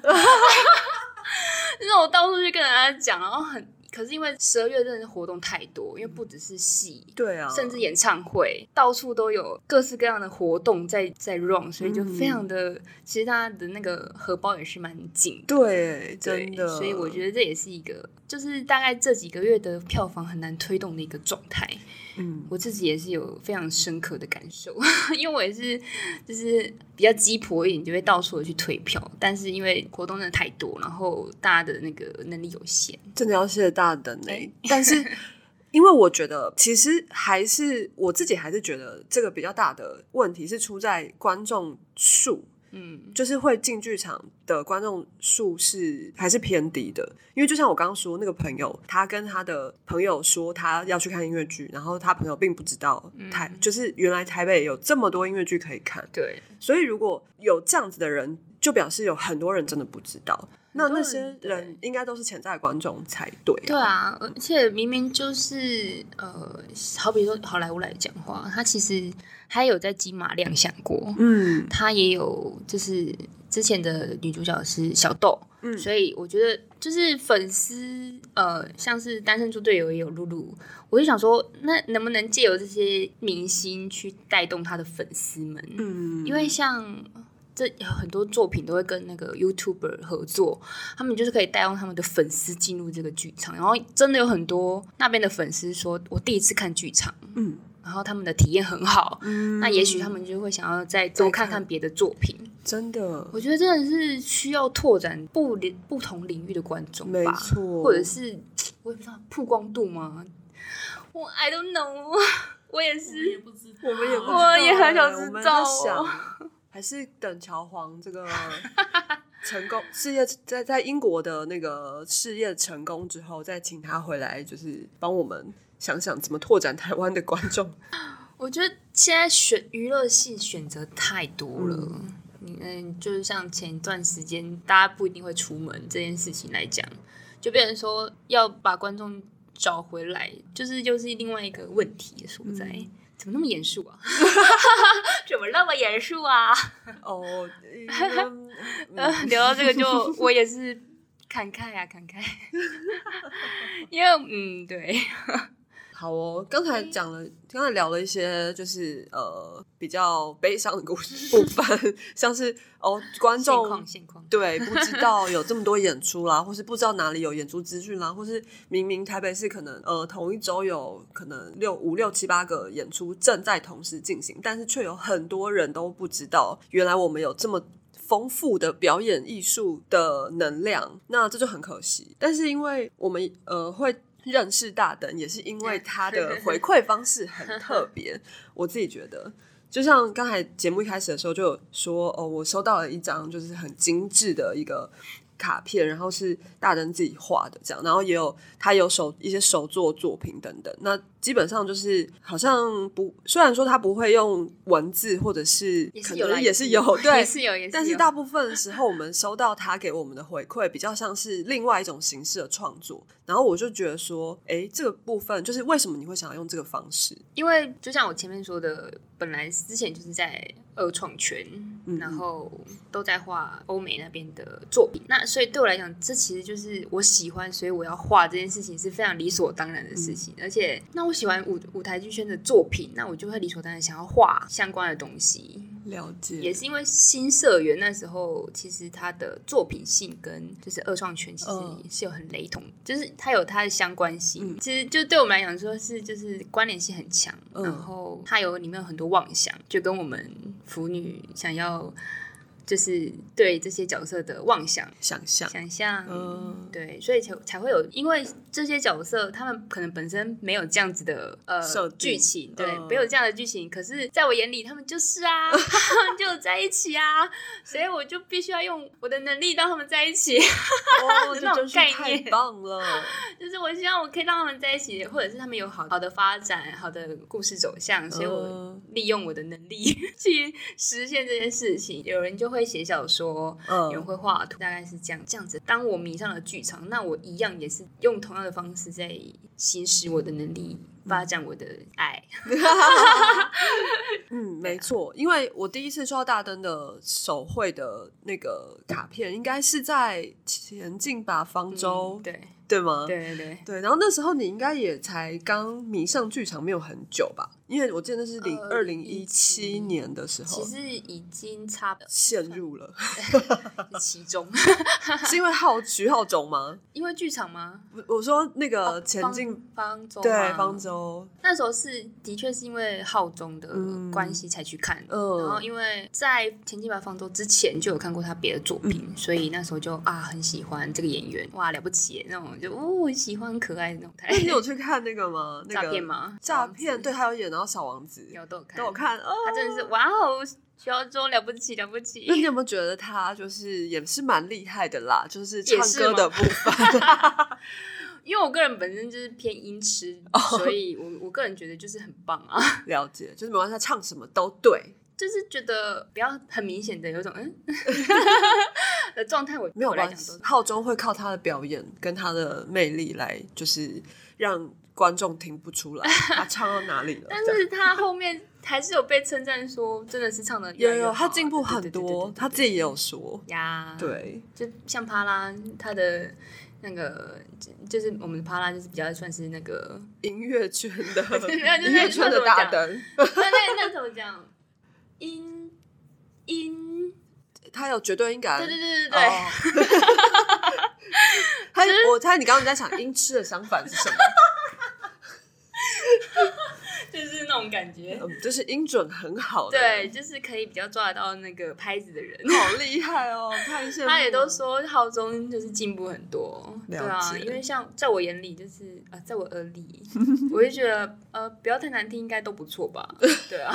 [SPEAKER 2] 就是我到处去跟人家讲，然后很，可是因为十二月真的是活动太多，因为不只是戏，
[SPEAKER 1] 对啊，
[SPEAKER 2] 甚至演唱会，到处都有各式各样的活动在在 run，所以就非常的，
[SPEAKER 1] 嗯
[SPEAKER 2] 其实大家的那个荷包也是蛮紧的。
[SPEAKER 1] 对，
[SPEAKER 2] 对
[SPEAKER 1] 真的，
[SPEAKER 2] 所以我觉得这也是一个，就是大概这几个月的票房很难推动的一个状态。
[SPEAKER 1] 得，嗯，
[SPEAKER 2] 我自己也是有非常深刻的感受， <laughs> 因为我也是就是比较鸡婆一点，就会到处的去退票，但是因为活动真的太多，然后大家的那个能力有限，
[SPEAKER 1] 真的要谢谢大等哎、
[SPEAKER 2] 哎
[SPEAKER 1] <laughs> 但是因为我觉得，其实还是我自己还是觉得这个比较大的问题是出在观众数，
[SPEAKER 2] 嗯，
[SPEAKER 1] 就是会进剧场的观众数是还是偏低的。因为就像我刚刚说，那个朋友他跟他的朋友说他要去看音乐剧，然后他朋友并不知道台、就是原来台北有这么多音乐剧可以看，
[SPEAKER 2] 对，
[SPEAKER 1] 所以如果有这样子的人，就表示有很多人真的不知道。那
[SPEAKER 2] 很多
[SPEAKER 1] 那
[SPEAKER 2] 人
[SPEAKER 1] 些
[SPEAKER 2] 对
[SPEAKER 1] 人应该都是潜在的观众才对、
[SPEAKER 2] 对啊，而且明明就是呃，好比说好莱坞来讲话，他其实还有在金马亮相过，
[SPEAKER 1] 嗯，
[SPEAKER 2] 他也有就是之前的女主角是小豆，
[SPEAKER 1] 嗯
[SPEAKER 2] 所以我觉得就是粉丝呃，像是单身猪队友也有露露，我就想说，那能不能借由这些明星去带动他的粉丝们？
[SPEAKER 1] 嗯，
[SPEAKER 2] 因为像这很多作品都会跟那个 YouTuber 合作，他们就是可以带动他们的粉丝进入这个剧场，然后真的有很多那边的粉丝说，我第一次看剧场，
[SPEAKER 1] 嗯，
[SPEAKER 2] 然后他们的体验很好，
[SPEAKER 1] 嗯
[SPEAKER 2] 那也许他们就会想要再多看看别的作品。
[SPEAKER 1] 真的
[SPEAKER 2] 我觉得真的是需要拓展不领不同领域的观众
[SPEAKER 1] 没
[SPEAKER 2] 吧，
[SPEAKER 1] 错，
[SPEAKER 2] 或者是我也不知道曝光度吗？我 I don't know，我也是。
[SPEAKER 3] 不知道，
[SPEAKER 1] 我们也不知道
[SPEAKER 2] 我也很
[SPEAKER 1] 哎
[SPEAKER 2] 想知
[SPEAKER 1] 我们
[SPEAKER 2] 道
[SPEAKER 1] 在
[SPEAKER 2] 哦
[SPEAKER 1] 想，还是等乔皇这个成功事业在在英国的那个事业成功之后，再请他回来，就是帮我们想想怎么拓展台湾的观
[SPEAKER 2] <laughs>
[SPEAKER 1] 众。
[SPEAKER 2] 我觉得现在选娱乐性选择太多了。你嗯，就是像前一段时间大家不一定会出门这件事情来讲，就变成说要把观众找回来，就是又是另外一个问题的所
[SPEAKER 1] 嗯
[SPEAKER 2] 在。怎么那么严肃啊？ <laughs> 怎么那么严肃啊？
[SPEAKER 1] 哦，嗯
[SPEAKER 2] 呃，聊到这个就我也是感慨啊，感慨， <laughs> 因为嗯，对，
[SPEAKER 1] 好哦，刚才讲了，刚才聊了一些就是呃比较悲伤的故事 <laughs> 部分，像是哦观
[SPEAKER 2] 现
[SPEAKER 1] 众
[SPEAKER 2] 况现况，
[SPEAKER 1] 对，不知道有这么多演出啦，或是不知道哪里有演出资讯啦，或是明明台北市可能呃同一周有可能六五六七八个演出正在同时进行，但是却有很多人都不知道，原来我们有这么。丰富的表演艺术的能量，那这就很可惜。但是因为我们呃会认识大等，也是因为他的回馈方式很特别，我自己觉得。就像刚才节目一开始的时候就有说，哦，我收到了一张就是很精致的一个卡片，然后是大灯自己画的这样，然后也有他有手一些手作作品等等。那基本上就是好像不，虽然说他不会用文字或者是
[SPEAKER 2] 也
[SPEAKER 1] 可
[SPEAKER 2] 是有啦，
[SPEAKER 1] 能也是有对
[SPEAKER 2] 也，是有，也是有。
[SPEAKER 1] 但是大部分的时候，我们收到他给我们的回馈，比较像是另外一种形式的创作。然后我就觉得说，诶，这个部分就是为什么你会想要用这个方式？
[SPEAKER 2] 因为就像我前面说的，本来之前就是在二创圈，
[SPEAKER 1] 嗯
[SPEAKER 2] 然后都在画欧美那边的作品，那所以对我来讲，这其实就是我喜欢，所以我要画这件事情是非常理所当然的
[SPEAKER 1] 嗯
[SPEAKER 2] 事情。而且，那我喜欢舞舞台剧圈的作品，那我就会理所当然想要画相关的东西。
[SPEAKER 1] 了
[SPEAKER 2] 也
[SPEAKER 1] 解，
[SPEAKER 2] 是因为新社员那时候，其实他的作品性跟就是二创圈其实
[SPEAKER 1] 嗯
[SPEAKER 2] 是有很雷同，就是它有它的相关性。
[SPEAKER 1] 嗯
[SPEAKER 2] 其实就对我们来讲说是就是关联性很强，
[SPEAKER 1] 嗯
[SPEAKER 2] 然后它有里面有很多妄想，就跟我们腐女想要就是对这些角色的妄想
[SPEAKER 1] 想象，
[SPEAKER 2] 想象。
[SPEAKER 1] 嗯
[SPEAKER 2] 对，所以才才会有，因为这些角色他们可能本身没有这样子的呃
[SPEAKER 1] 设定
[SPEAKER 2] 剧情，对，
[SPEAKER 1] 嗯
[SPEAKER 2] 没有这样的剧情，可是在我眼里他们就是啊，他们就有在一起啊，所以我就必须要用我的能力让他们在一起， <laughs>
[SPEAKER 1] 哦，
[SPEAKER 2] 那
[SPEAKER 1] 这
[SPEAKER 2] 种
[SPEAKER 1] 真是
[SPEAKER 2] 概
[SPEAKER 1] 太
[SPEAKER 2] 念
[SPEAKER 1] 棒了，
[SPEAKER 2] 就是我希望我可以让他们在一起，或者是他们有好好的发展、好的故事走向， <laughs> 所以我
[SPEAKER 1] 嗯
[SPEAKER 2] 利用我的能力 <laughs> 去实现这件事情。有人就会写小说，有人
[SPEAKER 1] 嗯
[SPEAKER 2] 会画图，大概是这样这样子。当我迷上了剧场，那我一样也是用同样的方式在行使我的能力，发展我的爱。
[SPEAKER 1] 嗯，没
[SPEAKER 2] 啊
[SPEAKER 1] 错，因为我第一次收到大灯的手绘的那个卡片，应该是在前进吧方舟，
[SPEAKER 2] 嗯对
[SPEAKER 1] 对吗？
[SPEAKER 2] 对对对，
[SPEAKER 1] 对，然后那时候你应该也才刚迷上剧场没有很久吧？因为我记得那是零二零一七
[SPEAKER 2] 2017
[SPEAKER 1] 年的时
[SPEAKER 2] 呃其
[SPEAKER 1] 候
[SPEAKER 2] 实已经
[SPEAKER 1] <laughs>
[SPEAKER 2] 差不
[SPEAKER 1] 陷入
[SPEAKER 2] <laughs>
[SPEAKER 1] 了，
[SPEAKER 2] 多其中， <laughs>
[SPEAKER 1] 是因为好局好肿吗？
[SPEAKER 2] 因为剧场吗？
[SPEAKER 1] 我我说那个前进、
[SPEAKER 2] 哦方舟
[SPEAKER 1] 对
[SPEAKER 2] 吗
[SPEAKER 1] 方舟，
[SPEAKER 2] 那时候是的确是因为浩中的关系才去看，
[SPEAKER 1] 嗯
[SPEAKER 2] 然后因为在《前几把方舟》之前就有看过他别的作
[SPEAKER 1] 嗯
[SPEAKER 2] 品，所以那时候就啊很喜欢这个演员，哇了不起耶那种就哦很喜欢很可爱的那种态
[SPEAKER 1] 那你有去看那个吗？那个
[SPEAKER 2] <laughs> 诈骗？吗？
[SPEAKER 1] 诈骗对，他有演，然后小王子
[SPEAKER 2] 有都有看，
[SPEAKER 1] 都有看哦。
[SPEAKER 2] 他真的是哇哦，小周了不起了不
[SPEAKER 1] 那你
[SPEAKER 2] 起， <laughs>
[SPEAKER 1] 有没有觉得他就是也是蛮厉害的啦？就是唱
[SPEAKER 2] 也是
[SPEAKER 1] 歌
[SPEAKER 2] 吗
[SPEAKER 1] 的部分， <laughs>
[SPEAKER 2] 因为我个人本身就是偏音痴，
[SPEAKER 1] 哦
[SPEAKER 2] 所以我我个人觉得就是很棒啊。 <laughs>
[SPEAKER 1] 了解，就是没关系，他唱什么都对，
[SPEAKER 2] 就是觉得不要很明显的有一种
[SPEAKER 1] <laughs>
[SPEAKER 2] 嗯的状态，我
[SPEAKER 1] 没有
[SPEAKER 2] 对我来
[SPEAKER 1] 关
[SPEAKER 2] 讲
[SPEAKER 1] 系
[SPEAKER 2] 都，
[SPEAKER 1] 浩中会靠他的表演跟他的魅力来，就是让观众听不出
[SPEAKER 2] <laughs>
[SPEAKER 1] 来他唱到哪里了。
[SPEAKER 2] 但
[SPEAKER 1] 这样
[SPEAKER 2] 是他后面还是有被称赞说，真的是唱的
[SPEAKER 1] 有有他进步很多，他自己也
[SPEAKER 2] 嗯
[SPEAKER 1] 有说，
[SPEAKER 2] 呀，，
[SPEAKER 1] 对，
[SPEAKER 2] 就像帕拉他的那个，就就是我们帕拉就是比较算是那个，
[SPEAKER 1] 音乐圈
[SPEAKER 2] <laughs>
[SPEAKER 1] 的
[SPEAKER 2] 那
[SPEAKER 1] 音乐圈的大
[SPEAKER 2] <laughs>
[SPEAKER 1] 灯，
[SPEAKER 2] 那那那怎么讲？音音，
[SPEAKER 1] 他有绝对音感。
[SPEAKER 2] 对对对对对， <laughs>
[SPEAKER 1] 哦他我猜你刚刚在想音痴的相反是什么？
[SPEAKER 2] 就是那种感觉。
[SPEAKER 1] 嗯，就是音准很好的，
[SPEAKER 2] 对，，就是可以比较抓得到那个拍子的人， <laughs>
[SPEAKER 1] 好厉害哦，太羡慕了。
[SPEAKER 2] 他也都说浩中就是进步很多，对啊
[SPEAKER 1] 了，解
[SPEAKER 2] 因为像在我眼里就是啊、在我耳里，我就觉得呃，不要太难听，应该都不错吧？对
[SPEAKER 1] <laughs>
[SPEAKER 2] 啊，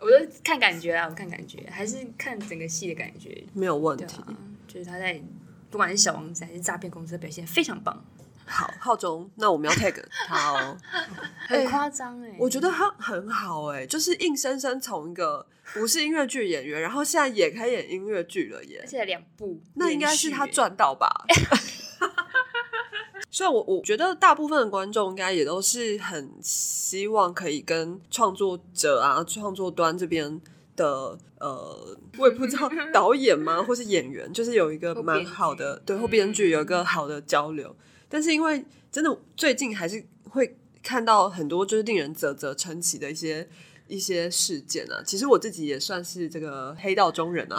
[SPEAKER 2] 我就看感觉啊，我看感觉，还是看整个戏的感觉，
[SPEAKER 1] 没有问
[SPEAKER 2] 对
[SPEAKER 1] 题
[SPEAKER 2] 啊。，就是他在不管是小王子还是诈骗公司的表现非常棒，
[SPEAKER 1] 好，浩中，那我们要 tag 他哦。
[SPEAKER 2] 很夸张哎，
[SPEAKER 1] 我觉得他很好哎、就是硬生生从一个不是音乐剧演员，然后现在也开演音乐剧了耶
[SPEAKER 2] 而，且两部，
[SPEAKER 1] 那应该是他。
[SPEAKER 2] 欸
[SPEAKER 1] 赚到吧。 <laughs> 虽然我我觉得大部分的观众应该也都是很希望可以跟创作者啊、创作端这边的呃，我也不知道导演吗，或是演员，就是有一个
[SPEAKER 2] 或
[SPEAKER 1] 蛮
[SPEAKER 2] 编
[SPEAKER 1] 好的对或
[SPEAKER 2] 嗯
[SPEAKER 1] 编剧有一个好的交流。但是因为真的最近还是会看到很多就是令人啧啧称奇的一些一些事件啊。其实我自己也算是这个黑道中人啊，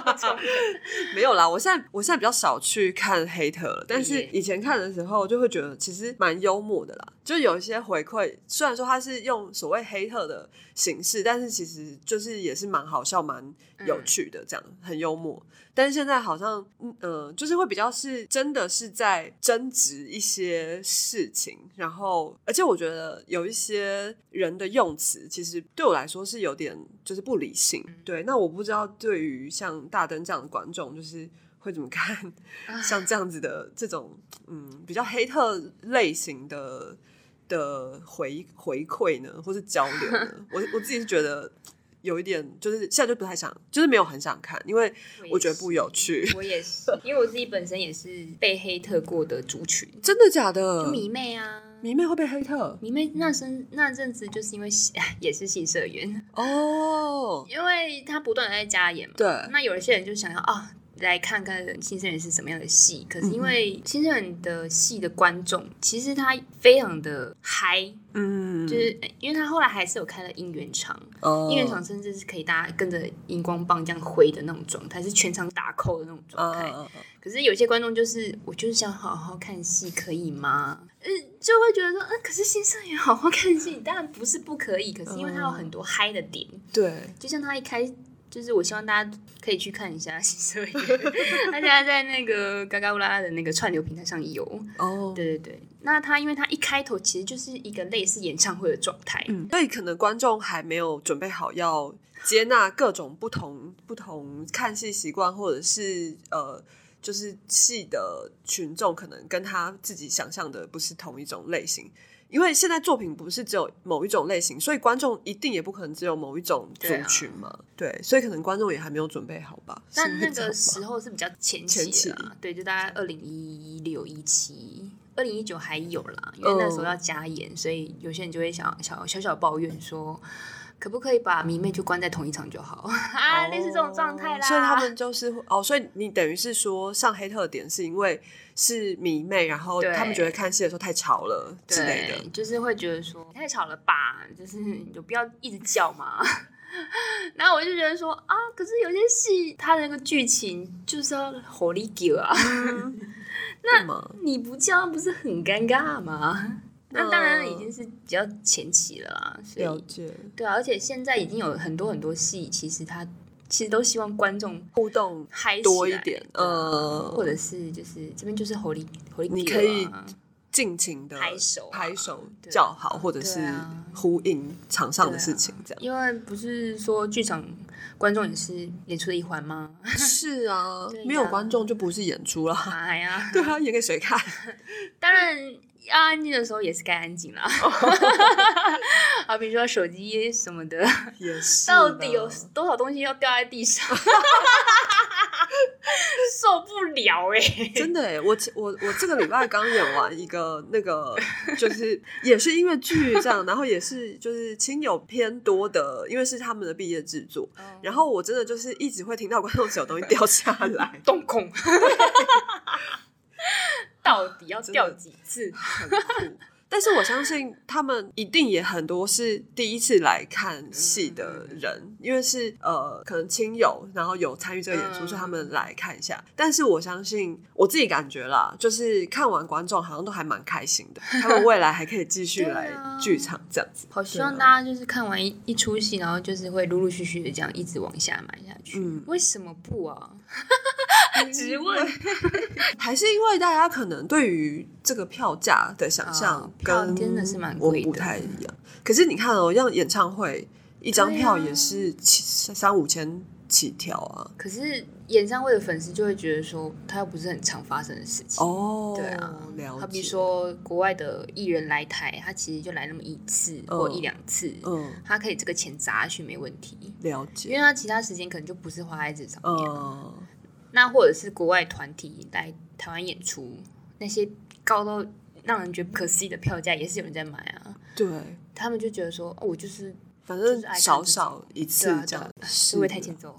[SPEAKER 1] <laughs> 没有啦，我现在我现在比较少去看黑特了，但是
[SPEAKER 2] 对耶
[SPEAKER 1] 以前看的时候就会觉得其实蛮幽默的啦，就有一些回馈，虽然说它是用所谓黑特的形式，但是其实就是也是蛮好笑、蛮有趣的，这样、很幽默。但是现在好像，嗯呃，就是会比较是真的是在争执一些事情，然后而且我觉得有一些人的用词，其实对我来说是有点就是不理性。对，那我不知道对于像大灯这样的观众，就是。会怎么看像这样子的这种嗯比较黑特类型的的回回馈呢，或是交流呢？我我自己是觉得有一点，就是现在就不太想，就是没有很想看，因为我觉得不有趣。
[SPEAKER 2] 我也是，因为我自己本身也是被黑特过的族群，
[SPEAKER 1] <laughs> 真的假的？
[SPEAKER 2] 就迷妹啊，
[SPEAKER 1] 迷妹会被黑特
[SPEAKER 2] 迷妹那阵那阵子就是因为喜哎也是新社员，
[SPEAKER 1] 哦？
[SPEAKER 2] 因为他不断的在加演嘛，
[SPEAKER 1] 对，
[SPEAKER 2] 那有一些人就想要啊。来看看新生人是什么样的戏，可是因
[SPEAKER 1] 嗯
[SPEAKER 2] 为新生人的戏的观众，其实他非常的嗨，
[SPEAKER 1] 嗯，
[SPEAKER 2] 就是因为他后来还是有开了应援场，
[SPEAKER 1] 哦
[SPEAKER 2] 应援场甚至是可以大家跟着荧光棒这样挥的那种状态，是全场打扣的那种状态。
[SPEAKER 1] 嗯嗯嗯
[SPEAKER 2] 可是有些观众就是，我就是想好好看戏，可以吗？嗯，就会觉得说，嗯、可是新社员好好看戏，当然不是不可以，可是因为它有很多嗨的点，
[SPEAKER 1] 嗯对，
[SPEAKER 2] 就像他一开。就是我希望大家可以去看一下新社员，他现在在那个嘎嘎乌拉拉的那个串流平台上有，
[SPEAKER 1] 哦，
[SPEAKER 2] 对对对，那他因为他一开头其实就是一个类似演唱会的状态，
[SPEAKER 1] 嗯，所以可能观众还没有准备好要接纳各种不同不同看戏习惯，或者是呃，就是戏的群众可能跟他自己想象的不是同一种类型。因为现在作品不是只有某一种类型，所以观众一定也不可能只有某一种族
[SPEAKER 2] 对啊
[SPEAKER 1] 群嘛。对,、所以可能观众也还没有准备好吧。是
[SPEAKER 2] 但
[SPEAKER 1] 因为
[SPEAKER 2] 那
[SPEAKER 1] 这样
[SPEAKER 2] 个
[SPEAKER 1] 吗
[SPEAKER 2] 时候是比较前
[SPEAKER 1] 前
[SPEAKER 2] 期
[SPEAKER 1] 期
[SPEAKER 2] 的啦，对，就大概二零一六、一七、二零一九还有啦，因为那
[SPEAKER 1] 嗯
[SPEAKER 2] 时候要加演，所以有些人就会想小小小抱怨说，可不可以把迷妹就关在同一场就好 <laughs> 啊？类似这种状态啦。
[SPEAKER 1] 哦所以他们就是哦，所以你等于是说上黑特点是因为是迷妹，然后
[SPEAKER 2] 对
[SPEAKER 1] 他们觉得看戏的时候太吵了之类的。
[SPEAKER 2] 对，就是会觉得说太吵了吧，就是有必要一直叫吗？ <laughs> 然后我就觉得说啊，可是有些戏它的那个剧情就是要吼力叫啊，
[SPEAKER 1] 那吗？
[SPEAKER 2] 你不叫不是很尴尬
[SPEAKER 1] 嗯
[SPEAKER 2] 吗？那当然已经是比较前期了啦，所
[SPEAKER 1] 了
[SPEAKER 2] 以
[SPEAKER 1] 解
[SPEAKER 2] 对啊，而且现在已经有很多很多戏，其实它其实都希望观众
[SPEAKER 1] 互动
[SPEAKER 2] 嗨起来
[SPEAKER 1] 多一点，
[SPEAKER 2] 对啊
[SPEAKER 1] 呃，
[SPEAKER 2] 或者是就是这边就是活力活力，啊
[SPEAKER 1] 你可以尽情的
[SPEAKER 2] 拍手啊
[SPEAKER 1] 拍手
[SPEAKER 2] 对啊
[SPEAKER 1] 叫好，或者是
[SPEAKER 2] 对啊
[SPEAKER 1] 呼应场上的事情，这样
[SPEAKER 2] 因为不是说剧场观众也是演出的一环吗？
[SPEAKER 1] 是啊
[SPEAKER 2] 对呀，
[SPEAKER 1] 没有观众就不是演出啦。 <laughs>
[SPEAKER 2] 哎呀，
[SPEAKER 1] 对啊，演给谁看？
[SPEAKER 2] 当然要安静的时候也是该安静
[SPEAKER 1] <laughs>
[SPEAKER 2] 啦。好，比如说手机什么的，
[SPEAKER 1] 也是啦
[SPEAKER 2] 到底有多少东西要掉在地上？ <laughs> 受不了哎、，
[SPEAKER 1] 真的哎，我我我这个礼拜刚演完一个那个，就是也是音乐剧这样，然后也是就是亲友偏多的，因为是他们的毕业制作。然后我真的就是一直会听到观众席有东西掉下来
[SPEAKER 2] 动控， <laughs> 到底要掉几次？
[SPEAKER 1] 很酷。但是我相信他们一定也很多是第一次来看戏
[SPEAKER 2] 嗯
[SPEAKER 1] 的人，因为是呃可能亲友，然后有参与这个演出，
[SPEAKER 2] 嗯
[SPEAKER 1] 所以他们来看一下。但是我相信我自己感觉啦，就是看完观众好像都还蛮开心的，他们未来还可以继续来
[SPEAKER 2] 对啊
[SPEAKER 1] 剧场这样子。
[SPEAKER 2] 好希望大家就是看完一一出戏，然后就是会陆陆续续的这样一直往下买下去。
[SPEAKER 1] 嗯
[SPEAKER 2] 为什么不 <laughs> 啊？直问
[SPEAKER 1] 还是因为大家可能对于这个票价的想象
[SPEAKER 2] 哦票
[SPEAKER 1] 跟
[SPEAKER 2] 真的是蛮
[SPEAKER 1] 我
[SPEAKER 2] 贵的
[SPEAKER 1] 不太一样。可是你看哦，像演唱会一张
[SPEAKER 2] 对啊
[SPEAKER 1] 票也是七三五千起跳啊。
[SPEAKER 2] <laughs> 可是演唱会的粉丝就会觉得说，他又不是很常发生的事情。
[SPEAKER 1] 哦，
[SPEAKER 2] 对啊
[SPEAKER 1] 了解。
[SPEAKER 2] 好比，说国外的艺人来台，他其实就来那么一次
[SPEAKER 1] 嗯
[SPEAKER 2] 或一两次，
[SPEAKER 1] 嗯，
[SPEAKER 2] 他可以这个钱砸下去没问题，
[SPEAKER 1] 了
[SPEAKER 2] 因为
[SPEAKER 1] 解，
[SPEAKER 2] 他其他时间可能就不是花在这上面。
[SPEAKER 1] 嗯，
[SPEAKER 2] 那或者是国外团体来台湾演出，那些高到让人觉得不可思议的票价，也是有人在买啊。
[SPEAKER 1] 对，
[SPEAKER 2] 他们就觉得说，哦，我就是
[SPEAKER 1] 反
[SPEAKER 2] 就
[SPEAKER 1] 正
[SPEAKER 2] 是爱看
[SPEAKER 1] 少
[SPEAKER 2] 这种
[SPEAKER 1] 少一
[SPEAKER 2] 对啊
[SPEAKER 1] 次这
[SPEAKER 2] 对啊
[SPEAKER 1] 样，
[SPEAKER 2] 是
[SPEAKER 1] 是
[SPEAKER 2] 会太欠揍。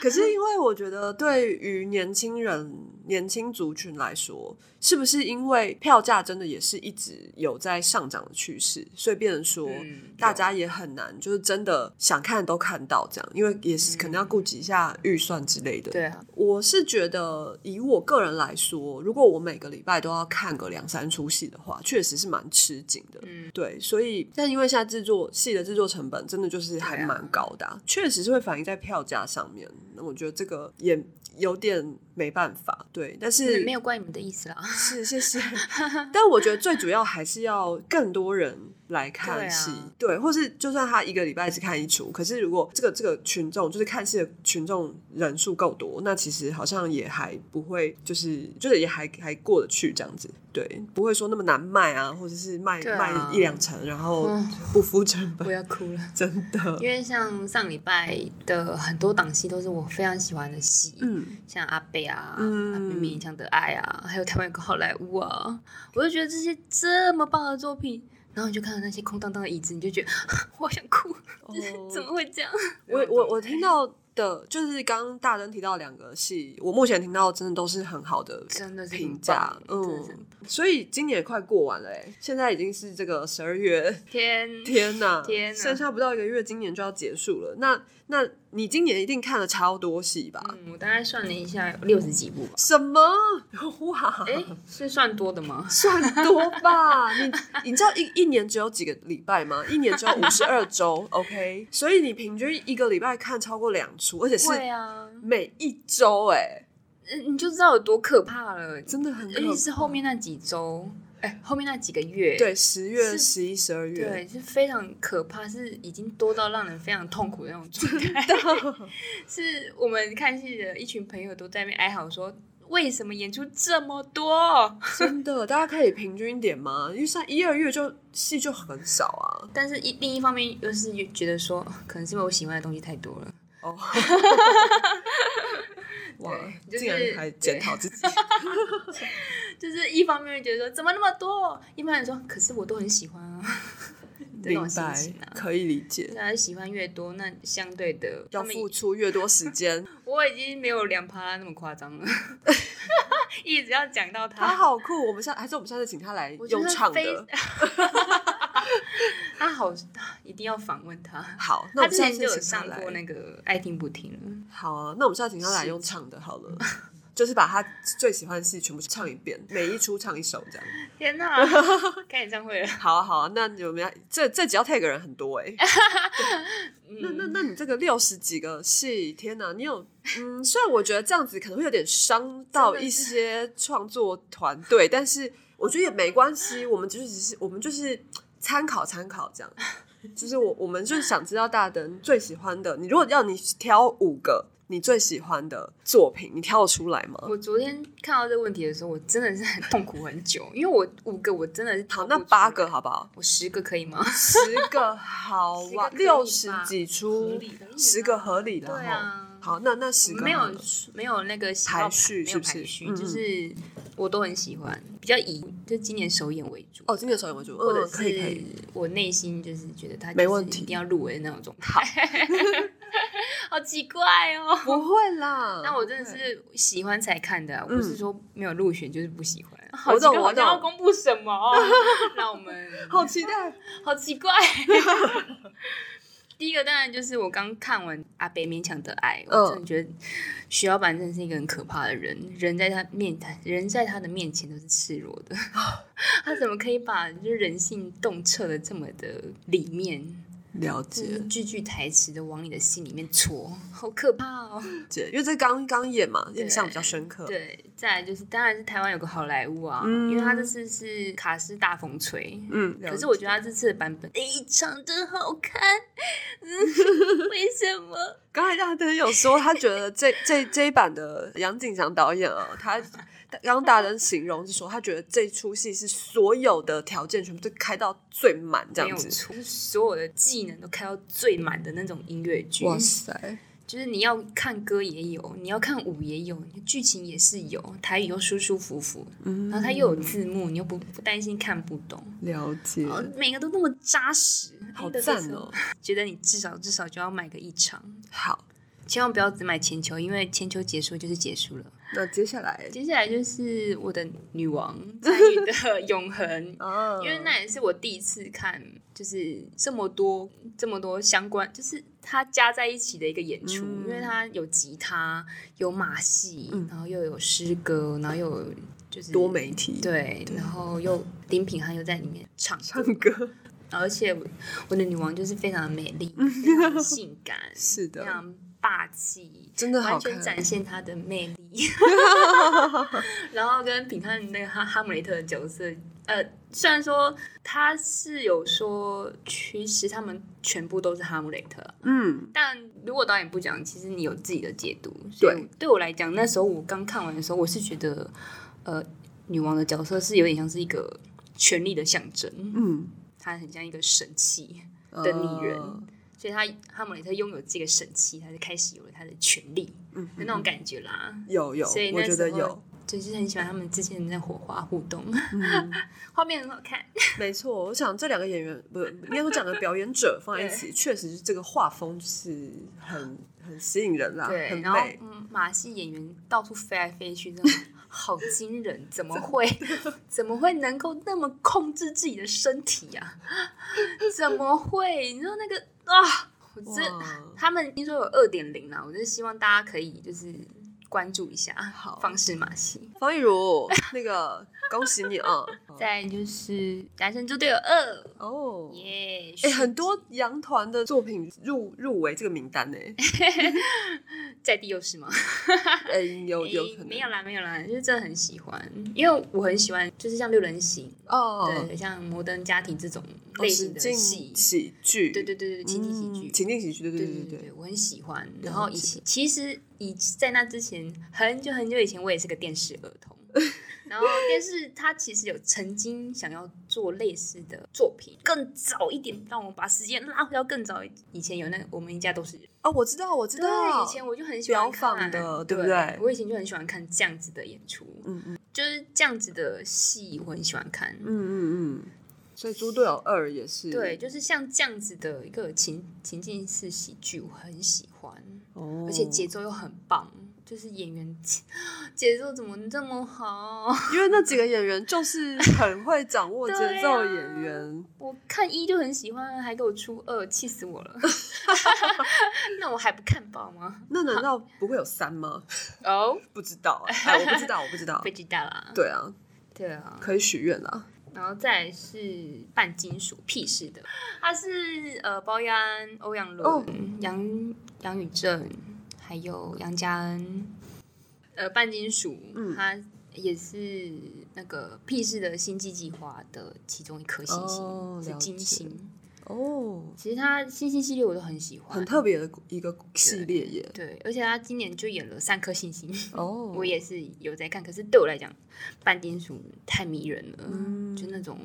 [SPEAKER 1] 可是因为我觉得，对于年轻人、年轻族群来说，是不是因为票价真的也是一直有在上涨的趋势，所以变成说。
[SPEAKER 2] 嗯
[SPEAKER 1] 大家也很难，就是真的想看都看到这样，因为也是可能要顾及一下预算之类的。
[SPEAKER 2] 嗯对啊，
[SPEAKER 1] 我是觉得，以我个人来说，如果我每个礼拜都要看个两三出戏的话，确实是蛮吃紧的。
[SPEAKER 2] 嗯，
[SPEAKER 1] 对，所以但因为现在制作戏的制作成本真的就是还
[SPEAKER 2] 对啊
[SPEAKER 1] 蛮高的啊、确、实是会反映在票价上面。那我觉得这个也有点没办法，对，但是
[SPEAKER 2] 没有怪你们的意思啦。 <laughs>
[SPEAKER 1] 是谢谢，但我觉得最主要还是要更多人来看戏，
[SPEAKER 2] 对啊
[SPEAKER 1] 对，或是就算他一个礼拜只看一出，可是如果这个这个群众就是看戏的群众人数够多，那其实好像也还不会，就是就是也还还过得去这样子，对，不会说那么难卖啊，或者是卖、
[SPEAKER 2] 对啊
[SPEAKER 1] 卖一两成，然后
[SPEAKER 2] 嗯
[SPEAKER 1] <laughs> 不敷成本，
[SPEAKER 2] 我要哭了。
[SPEAKER 1] 真
[SPEAKER 2] <laughs>
[SPEAKER 1] 的，
[SPEAKER 2] 因为像上礼拜的很多档戏都是我非常喜欢的戏，
[SPEAKER 1] 嗯，
[SPEAKER 2] 像阿贝啊、
[SPEAKER 1] 嗯
[SPEAKER 2] 阿贝勉强的爱啊，还有台湾有个好莱坞啊，我就觉得这些这么棒的作品，然后你就看到那些空荡荡的椅子，你就觉得 <gasps> 我想哭，怎么会这样？
[SPEAKER 1] 哦我我我听到。的就是刚刚大灯提到两个戏，我目前听到真的都是很好的
[SPEAKER 2] 真的是很
[SPEAKER 1] 评
[SPEAKER 2] 棒
[SPEAKER 1] 价，
[SPEAKER 2] 真的
[SPEAKER 1] 嗯
[SPEAKER 2] 是，
[SPEAKER 1] 所以今年也快过完了、欸，现在已经是这个十二月，
[SPEAKER 2] 天
[SPEAKER 1] 天呐，
[SPEAKER 2] <laughs> 天哪
[SPEAKER 1] 剩下不到一个月，今年就要结束了。那那你今年一定看了超多戏吧？
[SPEAKER 2] 嗯，我大概算了一下，有六十几
[SPEAKER 1] <laughs>
[SPEAKER 2] 部吧。
[SPEAKER 1] 什么？哇，
[SPEAKER 2] 哎、是算多的吗？
[SPEAKER 1] 算多吧？你你知道一一年只有几个礼拜吗？一年只有五十二周，OK，所以你平均一个礼拜看超过两出，而且是
[SPEAKER 2] 会啊，
[SPEAKER 1] 每一周、哎，
[SPEAKER 2] 呃你就知道有多可怕了。而
[SPEAKER 1] 真的很可
[SPEAKER 2] 且是后面那几周，哎、后面那几个月，
[SPEAKER 1] 对十月、
[SPEAKER 2] 是
[SPEAKER 1] 十一、十二月，
[SPEAKER 2] 对，是非常可怕，是已经多到让人非常痛苦的那种状态。 <laughs> 是我们看戏的一群朋友都在那边哀嚎说：“为什么演出这么多
[SPEAKER 1] 真的，大家可以平均一点吗？因为像一二月就戏就很少啊？”。
[SPEAKER 2] 但是一另一方面又是觉得说，可能是因为我喜欢的东西太多了。
[SPEAKER 1] 哦，哇
[SPEAKER 2] 对，就是
[SPEAKER 1] 竟然还检讨自己，
[SPEAKER 2] 就是一方面会觉得说怎么那么多，一般人说可是我都很喜欢啊， <laughs> 这
[SPEAKER 1] 明
[SPEAKER 2] 种心
[SPEAKER 1] 白
[SPEAKER 2] 情啊，。
[SPEAKER 1] 可以理解。
[SPEAKER 2] 大家喜欢越多，那相对的
[SPEAKER 1] 要
[SPEAKER 2] 他们
[SPEAKER 1] 付出越多时
[SPEAKER 2] <laughs>
[SPEAKER 1] 间，
[SPEAKER 2] 我已经没有两趴那么夸张了， <laughs> 一直要讲到
[SPEAKER 1] 他好酷。我们下还是我们下次请他来
[SPEAKER 2] 我觉得
[SPEAKER 1] 用唱
[SPEAKER 2] <laughs> 非
[SPEAKER 1] 的。
[SPEAKER 2] 他好，一定要访问 <laughs> 他。
[SPEAKER 1] 好，那
[SPEAKER 2] 他
[SPEAKER 1] 我
[SPEAKER 2] 之
[SPEAKER 1] 们下
[SPEAKER 2] 前就
[SPEAKER 1] 次
[SPEAKER 2] 有
[SPEAKER 1] 请他
[SPEAKER 2] 上
[SPEAKER 1] 来
[SPEAKER 2] 过。那个《爱听不听》了，
[SPEAKER 1] 好啊，那我们下次请他来用唱的好
[SPEAKER 2] <laughs>
[SPEAKER 1] 了，就是把他最喜欢的戏全部唱一遍，每一出唱一首这样。
[SPEAKER 2] 天 <laughs> 哪，开演唱会了！
[SPEAKER 1] 好啊，好啊，那你们要这这集要 tag 人很多哎、
[SPEAKER 2] <laughs>
[SPEAKER 1] 那
[SPEAKER 2] 嗯
[SPEAKER 1] 那那你这个六十几个戏，天哪！你有嗯，虽然我觉得这样子可能会有点伤到一些创作团队，但是我觉得也没关系，我们就是只是我们就是参考参考这样。就是我我们就是想知道大灯最喜欢的，你如果要你挑五个你最喜欢的作品，你挑得出来吗？
[SPEAKER 2] 我昨天看到这个问题的时候，我真的是很痛苦很久，因为我五个我真的是
[SPEAKER 1] 好
[SPEAKER 2] 挑，不
[SPEAKER 1] 那
[SPEAKER 2] 出
[SPEAKER 1] 八
[SPEAKER 2] 来
[SPEAKER 1] 个，好不好？
[SPEAKER 2] 我十个可以吗？ <laughs>
[SPEAKER 1] 十个好
[SPEAKER 2] 十个
[SPEAKER 1] 哇，
[SPEAKER 2] 可以吧
[SPEAKER 1] 六十几出
[SPEAKER 2] 合理的，
[SPEAKER 1] 十个合理
[SPEAKER 2] 对
[SPEAKER 1] 了
[SPEAKER 2] 啊
[SPEAKER 1] 吼。，好，那那十
[SPEAKER 2] 我
[SPEAKER 1] 个
[SPEAKER 2] 没
[SPEAKER 1] 好
[SPEAKER 2] 有
[SPEAKER 1] 了
[SPEAKER 2] 没有那个喜好
[SPEAKER 1] 排序
[SPEAKER 2] 没
[SPEAKER 1] 是
[SPEAKER 2] 有
[SPEAKER 1] 不是
[SPEAKER 2] 排序，
[SPEAKER 1] 嗯嗯
[SPEAKER 2] 就是我都很喜欢，比较以就今年首演为主。
[SPEAKER 1] 哦，今年首演为主，
[SPEAKER 2] 或者
[SPEAKER 1] 嗯，可以可以，
[SPEAKER 2] 是我内心就是觉得他
[SPEAKER 1] 没问题
[SPEAKER 2] 一定要入围的那种状态， <laughs> 好奇怪哦。
[SPEAKER 1] 不会啦。
[SPEAKER 2] <laughs> 那我真的是喜欢才看的啊、我不是说没有入选就是不喜欢。好
[SPEAKER 1] 我
[SPEAKER 2] 奇怪
[SPEAKER 1] 懂我
[SPEAKER 2] 好像要
[SPEAKER 1] 懂
[SPEAKER 2] 公布什么 <laughs> 哦？让我们
[SPEAKER 1] 好期待，
[SPEAKER 2] <laughs> 好奇怪。 <laughs> 第一个当然就是我刚看完《阿北勉强的爱》，我真的觉得徐老板真的是一个很可怕的人，人在他面人在他的面前都是赤裸 <laughs> 的，他怎么可以把就是人性洞彻的这么的里面，
[SPEAKER 1] 了
[SPEAKER 2] 就是
[SPEAKER 1] 解
[SPEAKER 2] 句句台词都往你的心里面戳，好可怕哦！
[SPEAKER 1] 解，因为这刚刚演嘛，印象比较深刻。
[SPEAKER 2] 对，再来就是当然是台湾有个好莱坞啊，
[SPEAKER 1] 嗯
[SPEAKER 2] 因为他这次是卡斯大风吹，
[SPEAKER 1] 嗯，了
[SPEAKER 2] 可
[SPEAKER 1] 解
[SPEAKER 2] 是我觉得他这次的版本非常的好看，嗯， <laughs> 为什么？
[SPEAKER 1] 刚才大灯有说，他觉得这这这一版的杨景祥导演啊，他刚刚大灯形容是说，他觉得这出戏是所有的条件全部都开到最满这
[SPEAKER 2] 没
[SPEAKER 1] 样
[SPEAKER 2] 有
[SPEAKER 1] 子。
[SPEAKER 2] 错，就是所有的技能都开到最满的那种音乐剧。
[SPEAKER 1] 塞，
[SPEAKER 2] 就是你要看歌也有，你要看舞也有，剧情也是有，台语又舒舒服服，
[SPEAKER 1] 嗯
[SPEAKER 2] 然后它又有字幕，你又不不担心看不懂，
[SPEAKER 1] 了解，
[SPEAKER 2] 然后每个都那么扎实，
[SPEAKER 1] 嗯
[SPEAKER 2] 哎
[SPEAKER 1] 好
[SPEAKER 2] 真的是
[SPEAKER 1] 赞哦！
[SPEAKER 2] 觉得你至少至少就要买个一场，
[SPEAKER 1] <laughs> 好，
[SPEAKER 2] 千万不要只买千秋，因为千秋结束就是结束了。
[SPEAKER 1] 那接下来，
[SPEAKER 2] 接下来就是我的女 <laughs> 王参与的《永恒》
[SPEAKER 1] 啊，
[SPEAKER 2] 因为那也是我第一次看，就是这么多这么多相关，就是它加在一起的一个演出，
[SPEAKER 1] 嗯
[SPEAKER 2] 因为它有吉他，有马戏，
[SPEAKER 1] 嗯
[SPEAKER 2] 然后又有诗歌，然后又有就是
[SPEAKER 1] 多媒体
[SPEAKER 2] 对，然后又林品涵又在里面 <laughs> 唱歌，
[SPEAKER 1] 唱歌
[SPEAKER 2] 而且我我的女王就是非常的美 <laughs> 丽，非常的性感，
[SPEAKER 1] 是
[SPEAKER 2] 非
[SPEAKER 1] 的，
[SPEAKER 2] 常霸气，
[SPEAKER 1] 真的好
[SPEAKER 2] 完
[SPEAKER 1] 看
[SPEAKER 2] 全展现
[SPEAKER 1] <laughs>
[SPEAKER 2] 她的魅力。然后跟品汉那个哈哈姆雷特的角色呃，虽然说他是有说，其实他们全部都是哈姆雷特，
[SPEAKER 1] 嗯，
[SPEAKER 2] 但如果导演不讲，其实你有自己的解读。所以对我来讲，那时候我刚看完的时候，我是觉得，呃，女王的角色是有点像是一个权力的象征，
[SPEAKER 1] 嗯
[SPEAKER 2] 她很像一个神器，的女人
[SPEAKER 1] 呃
[SPEAKER 2] 所以她哈姆雷特拥有这个神器，她就开始有了她的权利
[SPEAKER 1] 嗯，
[SPEAKER 2] 的那种感觉啦。
[SPEAKER 1] 有有
[SPEAKER 2] 所以，那
[SPEAKER 1] 我觉得
[SPEAKER 2] 时候
[SPEAKER 1] 有，
[SPEAKER 2] 就是很喜欢他们之前在火花互动，
[SPEAKER 1] 嗯，
[SPEAKER 2] <laughs> 画面很好看。
[SPEAKER 1] 没错。我想这两个演员，不应该说两个表演者放在一起，确实是这个画风是很很吸引人啦，
[SPEAKER 2] 对，
[SPEAKER 1] 很
[SPEAKER 2] 然后
[SPEAKER 1] 美。
[SPEAKER 2] 嗯，马戏演员到处飞来飞去，真的好惊人！怎么 <laughs> 会，怎么会能够那么控制自己的身体啊？ <laughs> 怎么会？你说那个啊，我这
[SPEAKER 1] 哇
[SPEAKER 2] 他们听说有二点零啊啦，我就希望大家可以就是关注一下，好方式马戏。
[SPEAKER 1] 方一如，那个恭喜你
[SPEAKER 2] <laughs>
[SPEAKER 1] 啊！
[SPEAKER 2] 再就是《男神猪队友二》，
[SPEAKER 1] 哦，
[SPEAKER 2] 耶！
[SPEAKER 1] 哎、很多洋团的作品入入围这个名
[SPEAKER 2] <laughs>
[SPEAKER 1] 单呢、
[SPEAKER 2] 在地又是吗？
[SPEAKER 1] 哎、有有
[SPEAKER 2] 诶
[SPEAKER 1] 可能
[SPEAKER 2] 没有啦，没有啦，就是真的很喜欢，因为我很喜欢，就是像六人行。
[SPEAKER 1] 哦，
[SPEAKER 2] 对，像《摩登家庭》这种
[SPEAKER 1] 哦
[SPEAKER 2] 类
[SPEAKER 1] 实
[SPEAKER 2] 型的
[SPEAKER 1] 境
[SPEAKER 2] 戏，
[SPEAKER 1] 喜剧，
[SPEAKER 2] 对对对对，情景喜剧，
[SPEAKER 1] 嗯情景喜剧，对
[SPEAKER 2] 对
[SPEAKER 1] 对
[SPEAKER 2] 对
[SPEAKER 1] 对
[SPEAKER 2] 对
[SPEAKER 1] 对
[SPEAKER 2] 对，
[SPEAKER 1] 对，
[SPEAKER 2] 我很喜欢。
[SPEAKER 1] 了
[SPEAKER 2] 然后以
[SPEAKER 1] 解
[SPEAKER 2] 前其实以在那之前很久很久以前，我也是个电视儿
[SPEAKER 1] <laughs>
[SPEAKER 2] 童。然后，但是他其实有曾经想要做类似的作品，更早一点，让我把时间拉回到更早以前，有那个《我们一家都是人》。
[SPEAKER 1] 哦，我知道，我知
[SPEAKER 2] 对，
[SPEAKER 1] 道，
[SPEAKER 2] 以前我就很喜欢
[SPEAKER 1] 标榜
[SPEAKER 2] 看
[SPEAKER 1] 的对
[SPEAKER 2] 对
[SPEAKER 1] 不对
[SPEAKER 2] 我以前就很喜欢看这样子的演出，
[SPEAKER 1] 嗯嗯
[SPEAKER 2] 就是这样子的戏，我很喜欢看。
[SPEAKER 1] 嗯嗯嗯，所以《猪队友二》也是
[SPEAKER 2] 对，，就是像这样子的一个情情境式喜剧，我很喜欢，
[SPEAKER 1] 哦，
[SPEAKER 2] 而且节奏又很棒，就是演员 <gasps> 节奏怎么这么好？ <laughs>
[SPEAKER 1] 因为那几个演员就是很会掌握节
[SPEAKER 2] 对
[SPEAKER 1] 奏
[SPEAKER 2] 啊
[SPEAKER 1] 的演员，
[SPEAKER 2] 我看一就很喜欢，还给我出二，气死
[SPEAKER 1] <laughs>
[SPEAKER 2] 我了！ <laughs> 那我还不看报吗？
[SPEAKER 1] 那难道不会有三吗？
[SPEAKER 2] 哦，
[SPEAKER 1] 不知道、哎，我不知道，我不知
[SPEAKER 2] <laughs>
[SPEAKER 1] 道
[SPEAKER 2] 不，知道啦。
[SPEAKER 1] 对啊，
[SPEAKER 2] 对啊，
[SPEAKER 1] 可以许愿啦，
[SPEAKER 2] 然后再来是半金属屁事的，他是呃包奕安、欧阳伦、
[SPEAKER 1] 哦
[SPEAKER 2] 杨杨宇正，还有杨佳恩。呃，半金属，
[SPEAKER 1] 嗯
[SPEAKER 2] 他也是那个屁事的星际计划的其中一颗星星，
[SPEAKER 1] 哦
[SPEAKER 2] 是
[SPEAKER 1] 了
[SPEAKER 2] 金
[SPEAKER 1] 解
[SPEAKER 2] 星。
[SPEAKER 1] 哦，
[SPEAKER 2] 其实他星星系列我都很喜欢，
[SPEAKER 1] 很特别的一个系列耶，
[SPEAKER 2] <laughs> 对，而且他今年就演了三颗星星。
[SPEAKER 1] 哦，
[SPEAKER 2] 我也是有在看，可是对我来讲，半金属太迷人了，
[SPEAKER 1] 嗯
[SPEAKER 2] 就那种，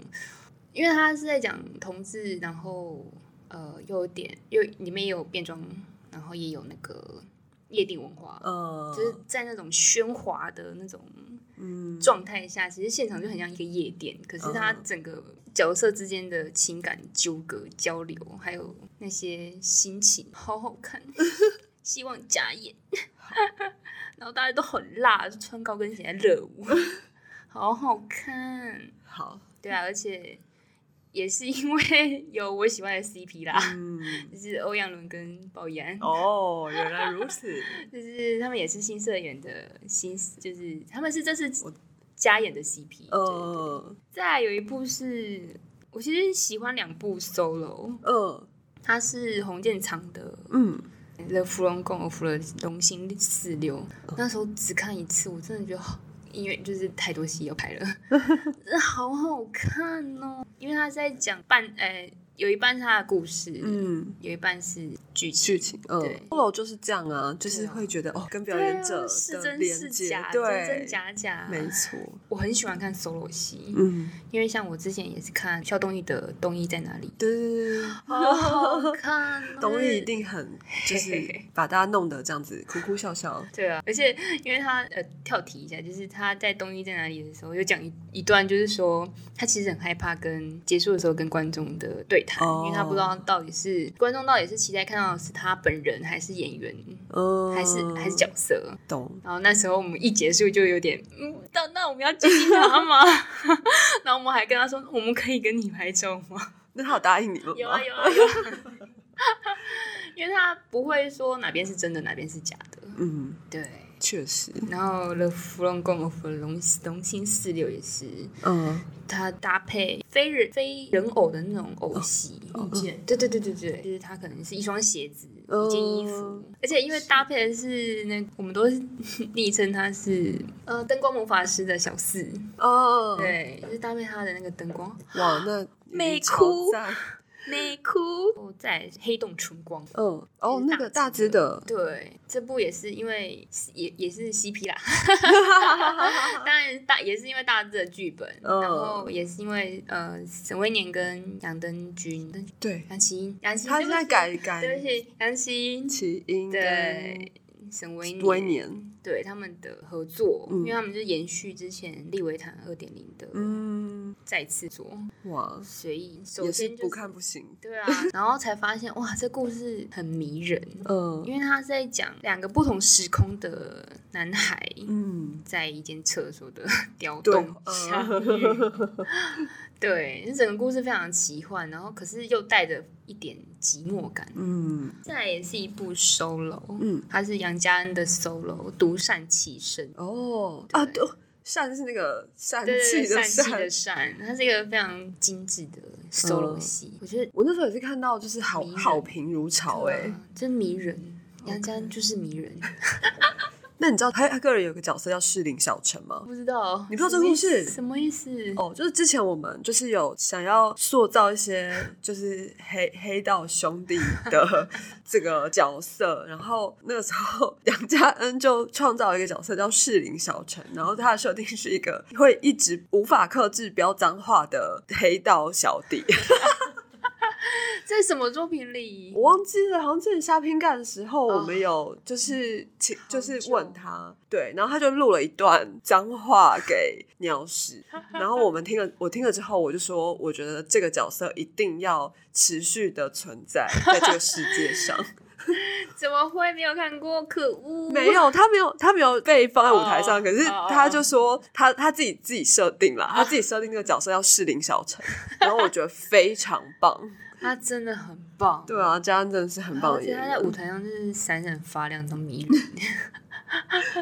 [SPEAKER 2] 因为他是在讲同志，然后呃，又有点又里面也有变装，然后也有那个夜店文化，
[SPEAKER 1] 呃，
[SPEAKER 2] 就是在那种喧哗的那种
[SPEAKER 1] 嗯，
[SPEAKER 2] 状态下，其实现场就很像一个夜店，可是他
[SPEAKER 1] 嗯
[SPEAKER 2] 整个角色之间的情感纠葛、交流，还有那些心情，好
[SPEAKER 1] <laughs>
[SPEAKER 2] 好看。希望假眼， <laughs> 然后大家都很辣，就穿高跟鞋在热
[SPEAKER 1] <laughs>
[SPEAKER 2] 舞，好好看。
[SPEAKER 1] 好，
[SPEAKER 2] 对啊，而且也是因为有我喜欢的 CP 啦，
[SPEAKER 1] 嗯，
[SPEAKER 2] 就是欧阳伦跟鲍奕安。
[SPEAKER 1] 哦，原来如
[SPEAKER 2] <laughs>
[SPEAKER 1] 此，
[SPEAKER 2] 就是他们也是新社员的新，就是他们是这次
[SPEAKER 1] 我
[SPEAKER 2] 加演的 CP。对
[SPEAKER 1] 呃，
[SPEAKER 2] 再来有一部是我其实喜欢两部 solo，
[SPEAKER 1] 呃，
[SPEAKER 2] 它是洪建长的
[SPEAKER 1] 嗯，
[SPEAKER 2] 《The 芙蓉共和芙蓉龙心四六》，那时候只看一次，我真的觉得好。因为就是太多戏要
[SPEAKER 1] <laughs>
[SPEAKER 2] 拍了，真的好好看哦！因为他在讲半，呃，有一半是他的故事，
[SPEAKER 1] 嗯，
[SPEAKER 2] 有一半是剧情，
[SPEAKER 1] 剧情，嗯
[SPEAKER 2] 对
[SPEAKER 1] ，solo 就是这样啊，就是
[SPEAKER 2] 对啊
[SPEAKER 1] 会觉得哦，跟表
[SPEAKER 2] 对啊
[SPEAKER 1] 演者
[SPEAKER 2] 是
[SPEAKER 1] 的
[SPEAKER 2] 真是
[SPEAKER 1] 连接
[SPEAKER 2] 假，，真真
[SPEAKER 1] 对，
[SPEAKER 2] 假假，
[SPEAKER 1] 没错，
[SPEAKER 2] 我很喜欢看 solo 戏，
[SPEAKER 1] 嗯，
[SPEAKER 2] 因为像我之前也是看肖东义的《东义在哪里》，
[SPEAKER 1] 对对对对。
[SPEAKER 2] 好好看、哦，
[SPEAKER 1] 东艺一定很就是把大家弄得这样子哭哭笑笑，
[SPEAKER 2] 对啊，而且因为他呃跳题一下，就是他在东一在哪里的时候，有讲一一段，就是说他其实很害怕跟结束的时候跟观众的对谈，
[SPEAKER 1] 哦
[SPEAKER 2] 因为他不知道到底是观众到底是期待看到的是他本人还是演员。
[SPEAKER 1] 嗯，
[SPEAKER 2] 还是还是角色，
[SPEAKER 1] 懂，
[SPEAKER 2] 然后那时候我们一结束就有点，嗯，那那我们要接近他 <laughs> 吗？然后我们还跟他说，我们可以跟你拍照吗？
[SPEAKER 1] 那他有答应你们吗？
[SPEAKER 2] 有啊有啊有啊， <laughs> 因为他不会说哪边是真的，哪边是假的。
[SPEAKER 1] 嗯，
[SPEAKER 2] 对，
[SPEAKER 1] 确实，
[SPEAKER 2] 然后《The f r o n g o n of 龙龙心四六》也是
[SPEAKER 1] 嗯，
[SPEAKER 2] 它搭配非人非人偶的那种偶戏，
[SPEAKER 1] 哦
[SPEAKER 2] 对对对对对，就是它可能是一双鞋子，一件衣服，
[SPEAKER 1] 嗯
[SPEAKER 2] 而且因为搭配的是那我们都是 <laughs> 昵称他是呃灯光魔法师的小四，
[SPEAKER 1] 哦，
[SPEAKER 2] 对，就是搭配他的那个灯光
[SPEAKER 1] 哇，那已经
[SPEAKER 2] 美
[SPEAKER 1] 超
[SPEAKER 2] 哭
[SPEAKER 1] 赞
[SPEAKER 2] 内裤，哦在黑洞唇光。
[SPEAKER 1] 嗯，哦，
[SPEAKER 2] 就是
[SPEAKER 1] 那个大只的，
[SPEAKER 2] 对，这部也是因为也也是 CP 啦， <laughs> 当然大也是因为大致的剧本，
[SPEAKER 1] 嗯
[SPEAKER 2] 然后也是因为呃沈威年跟杨登军、
[SPEAKER 1] 对，
[SPEAKER 2] 杨奇英、杨奇英，
[SPEAKER 1] 他
[SPEAKER 2] 对
[SPEAKER 1] 现
[SPEAKER 2] 不
[SPEAKER 1] 在
[SPEAKER 2] 起，
[SPEAKER 1] 改
[SPEAKER 2] 对不
[SPEAKER 1] 改
[SPEAKER 2] 起，杨奇英
[SPEAKER 1] 起因
[SPEAKER 2] 对
[SPEAKER 1] 跟
[SPEAKER 2] 沈威
[SPEAKER 1] 威年，
[SPEAKER 2] 对他们的合作，
[SPEAKER 1] 嗯
[SPEAKER 2] 因为他们就延续之前利维坦二点零的
[SPEAKER 1] 嗯，
[SPEAKER 2] 再次做，
[SPEAKER 1] 哇，
[SPEAKER 2] 所以首
[SPEAKER 1] 也是
[SPEAKER 2] 先就
[SPEAKER 1] 不看不行，
[SPEAKER 2] 对啊，然后才发现哇，这故事很迷人，
[SPEAKER 1] 嗯
[SPEAKER 2] 因为他在讲两个不同时空的男孩。
[SPEAKER 1] 嗯，
[SPEAKER 2] 在一间厕所
[SPEAKER 1] <laughs>
[SPEAKER 2] 的雕
[SPEAKER 1] 对
[SPEAKER 2] 洞
[SPEAKER 1] 呃
[SPEAKER 2] 相
[SPEAKER 1] <laughs>
[SPEAKER 2] 遇，对，这整个故事非常奇幻，然后可是又带着一点寂寞感。
[SPEAKER 1] 嗯
[SPEAKER 2] 再来也是一部 solo，
[SPEAKER 1] 嗯，
[SPEAKER 2] 它是杨家恩的 solo，独善其身，
[SPEAKER 1] 哦啊，
[SPEAKER 2] 对
[SPEAKER 1] 对， <laughs> 善是那个善
[SPEAKER 2] 对对
[SPEAKER 1] 气
[SPEAKER 2] 对，
[SPEAKER 1] 的
[SPEAKER 2] 善气
[SPEAKER 1] 善
[SPEAKER 2] 的。善，它是一个非常精致的 solo
[SPEAKER 1] 嗯
[SPEAKER 2] 戏，我觉得
[SPEAKER 1] 我那时候也是看到，就是好
[SPEAKER 2] 迷人啊
[SPEAKER 1] 好评如潮哎、
[SPEAKER 2] 哇真迷人，杨家恩就是迷人，
[SPEAKER 1] 那你知道他他个人有个角色叫适龄小城吗？
[SPEAKER 2] 不知道
[SPEAKER 1] 你不知道
[SPEAKER 2] 什
[SPEAKER 1] 这
[SPEAKER 2] 么
[SPEAKER 1] 故
[SPEAKER 2] 意思
[SPEAKER 1] 事
[SPEAKER 2] 什么意思？
[SPEAKER 1] 哦，就是之前我们就是有想要塑造一些就是黑黑道兄弟的这个角色，然后那个时候 <laughs> 杨家恩就创造一个角色叫适龄小城，然后他的设定是一个会一直无法克制飙脏话的黑道小弟。
[SPEAKER 2] 在什么作品里？
[SPEAKER 1] 我忘记了，好像之前虾拼干的时候，
[SPEAKER 2] 哦
[SPEAKER 1] 我们有就是请
[SPEAKER 2] 嗯好
[SPEAKER 1] 就是
[SPEAKER 2] 久
[SPEAKER 1] 问他，对，然后他就录了一段脏话给鸟屎，然后我们听了，我听了之后，我就说，我觉得这个角色一定要持续的存
[SPEAKER 2] <laughs>
[SPEAKER 1] 在在这个世界上。
[SPEAKER 2] 怎么会没有看过？可恶！
[SPEAKER 1] 没有，他没有，他没有被放在舞台上，
[SPEAKER 2] 哦
[SPEAKER 1] 可是
[SPEAKER 2] 哦
[SPEAKER 1] 他就说他他自己自己设定了，他自
[SPEAKER 2] <laughs>
[SPEAKER 1] 己设定这个角色要适龄小城，然后我觉得非常棒，
[SPEAKER 2] 他真的很棒，
[SPEAKER 1] 对啊，嘉恩真的是很棒
[SPEAKER 2] 而
[SPEAKER 1] 的
[SPEAKER 2] 且
[SPEAKER 1] 演
[SPEAKER 2] 他在
[SPEAKER 1] 员。
[SPEAKER 2] 舞台上就是闪闪发亮，都 <laughs> 迷人。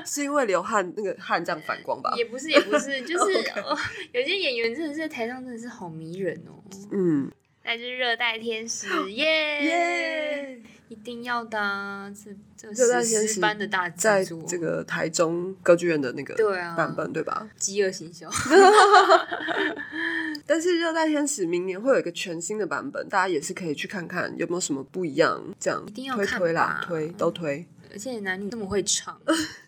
[SPEAKER 1] 是因为流汗那个汗这样反光吧？
[SPEAKER 2] 也不是，也不 <laughs> 是，就是哦有些演员真的是在台上真的是好迷人哦。
[SPEAKER 1] 嗯，
[SPEAKER 2] 那就是热带天使，哦耶
[SPEAKER 1] 耶！
[SPEAKER 2] 一定要的、啊，这这
[SPEAKER 1] 热带天
[SPEAKER 2] 史诗
[SPEAKER 1] 使
[SPEAKER 2] 般的大制
[SPEAKER 1] 在
[SPEAKER 2] 作，
[SPEAKER 1] 这个台中歌剧院的那个
[SPEAKER 2] 对啊
[SPEAKER 1] 版本对吧？
[SPEAKER 2] 饥饿行销， <laughs>
[SPEAKER 1] 但是《热带天使》明年会有一个全新的版本，大家也是可以去看看有没有什么不一样。这样一
[SPEAKER 2] 定要
[SPEAKER 1] 推
[SPEAKER 2] 看
[SPEAKER 1] 推啦
[SPEAKER 2] 吧，
[SPEAKER 1] 推都推。
[SPEAKER 2] 而且男女这么会 <laughs> 唱，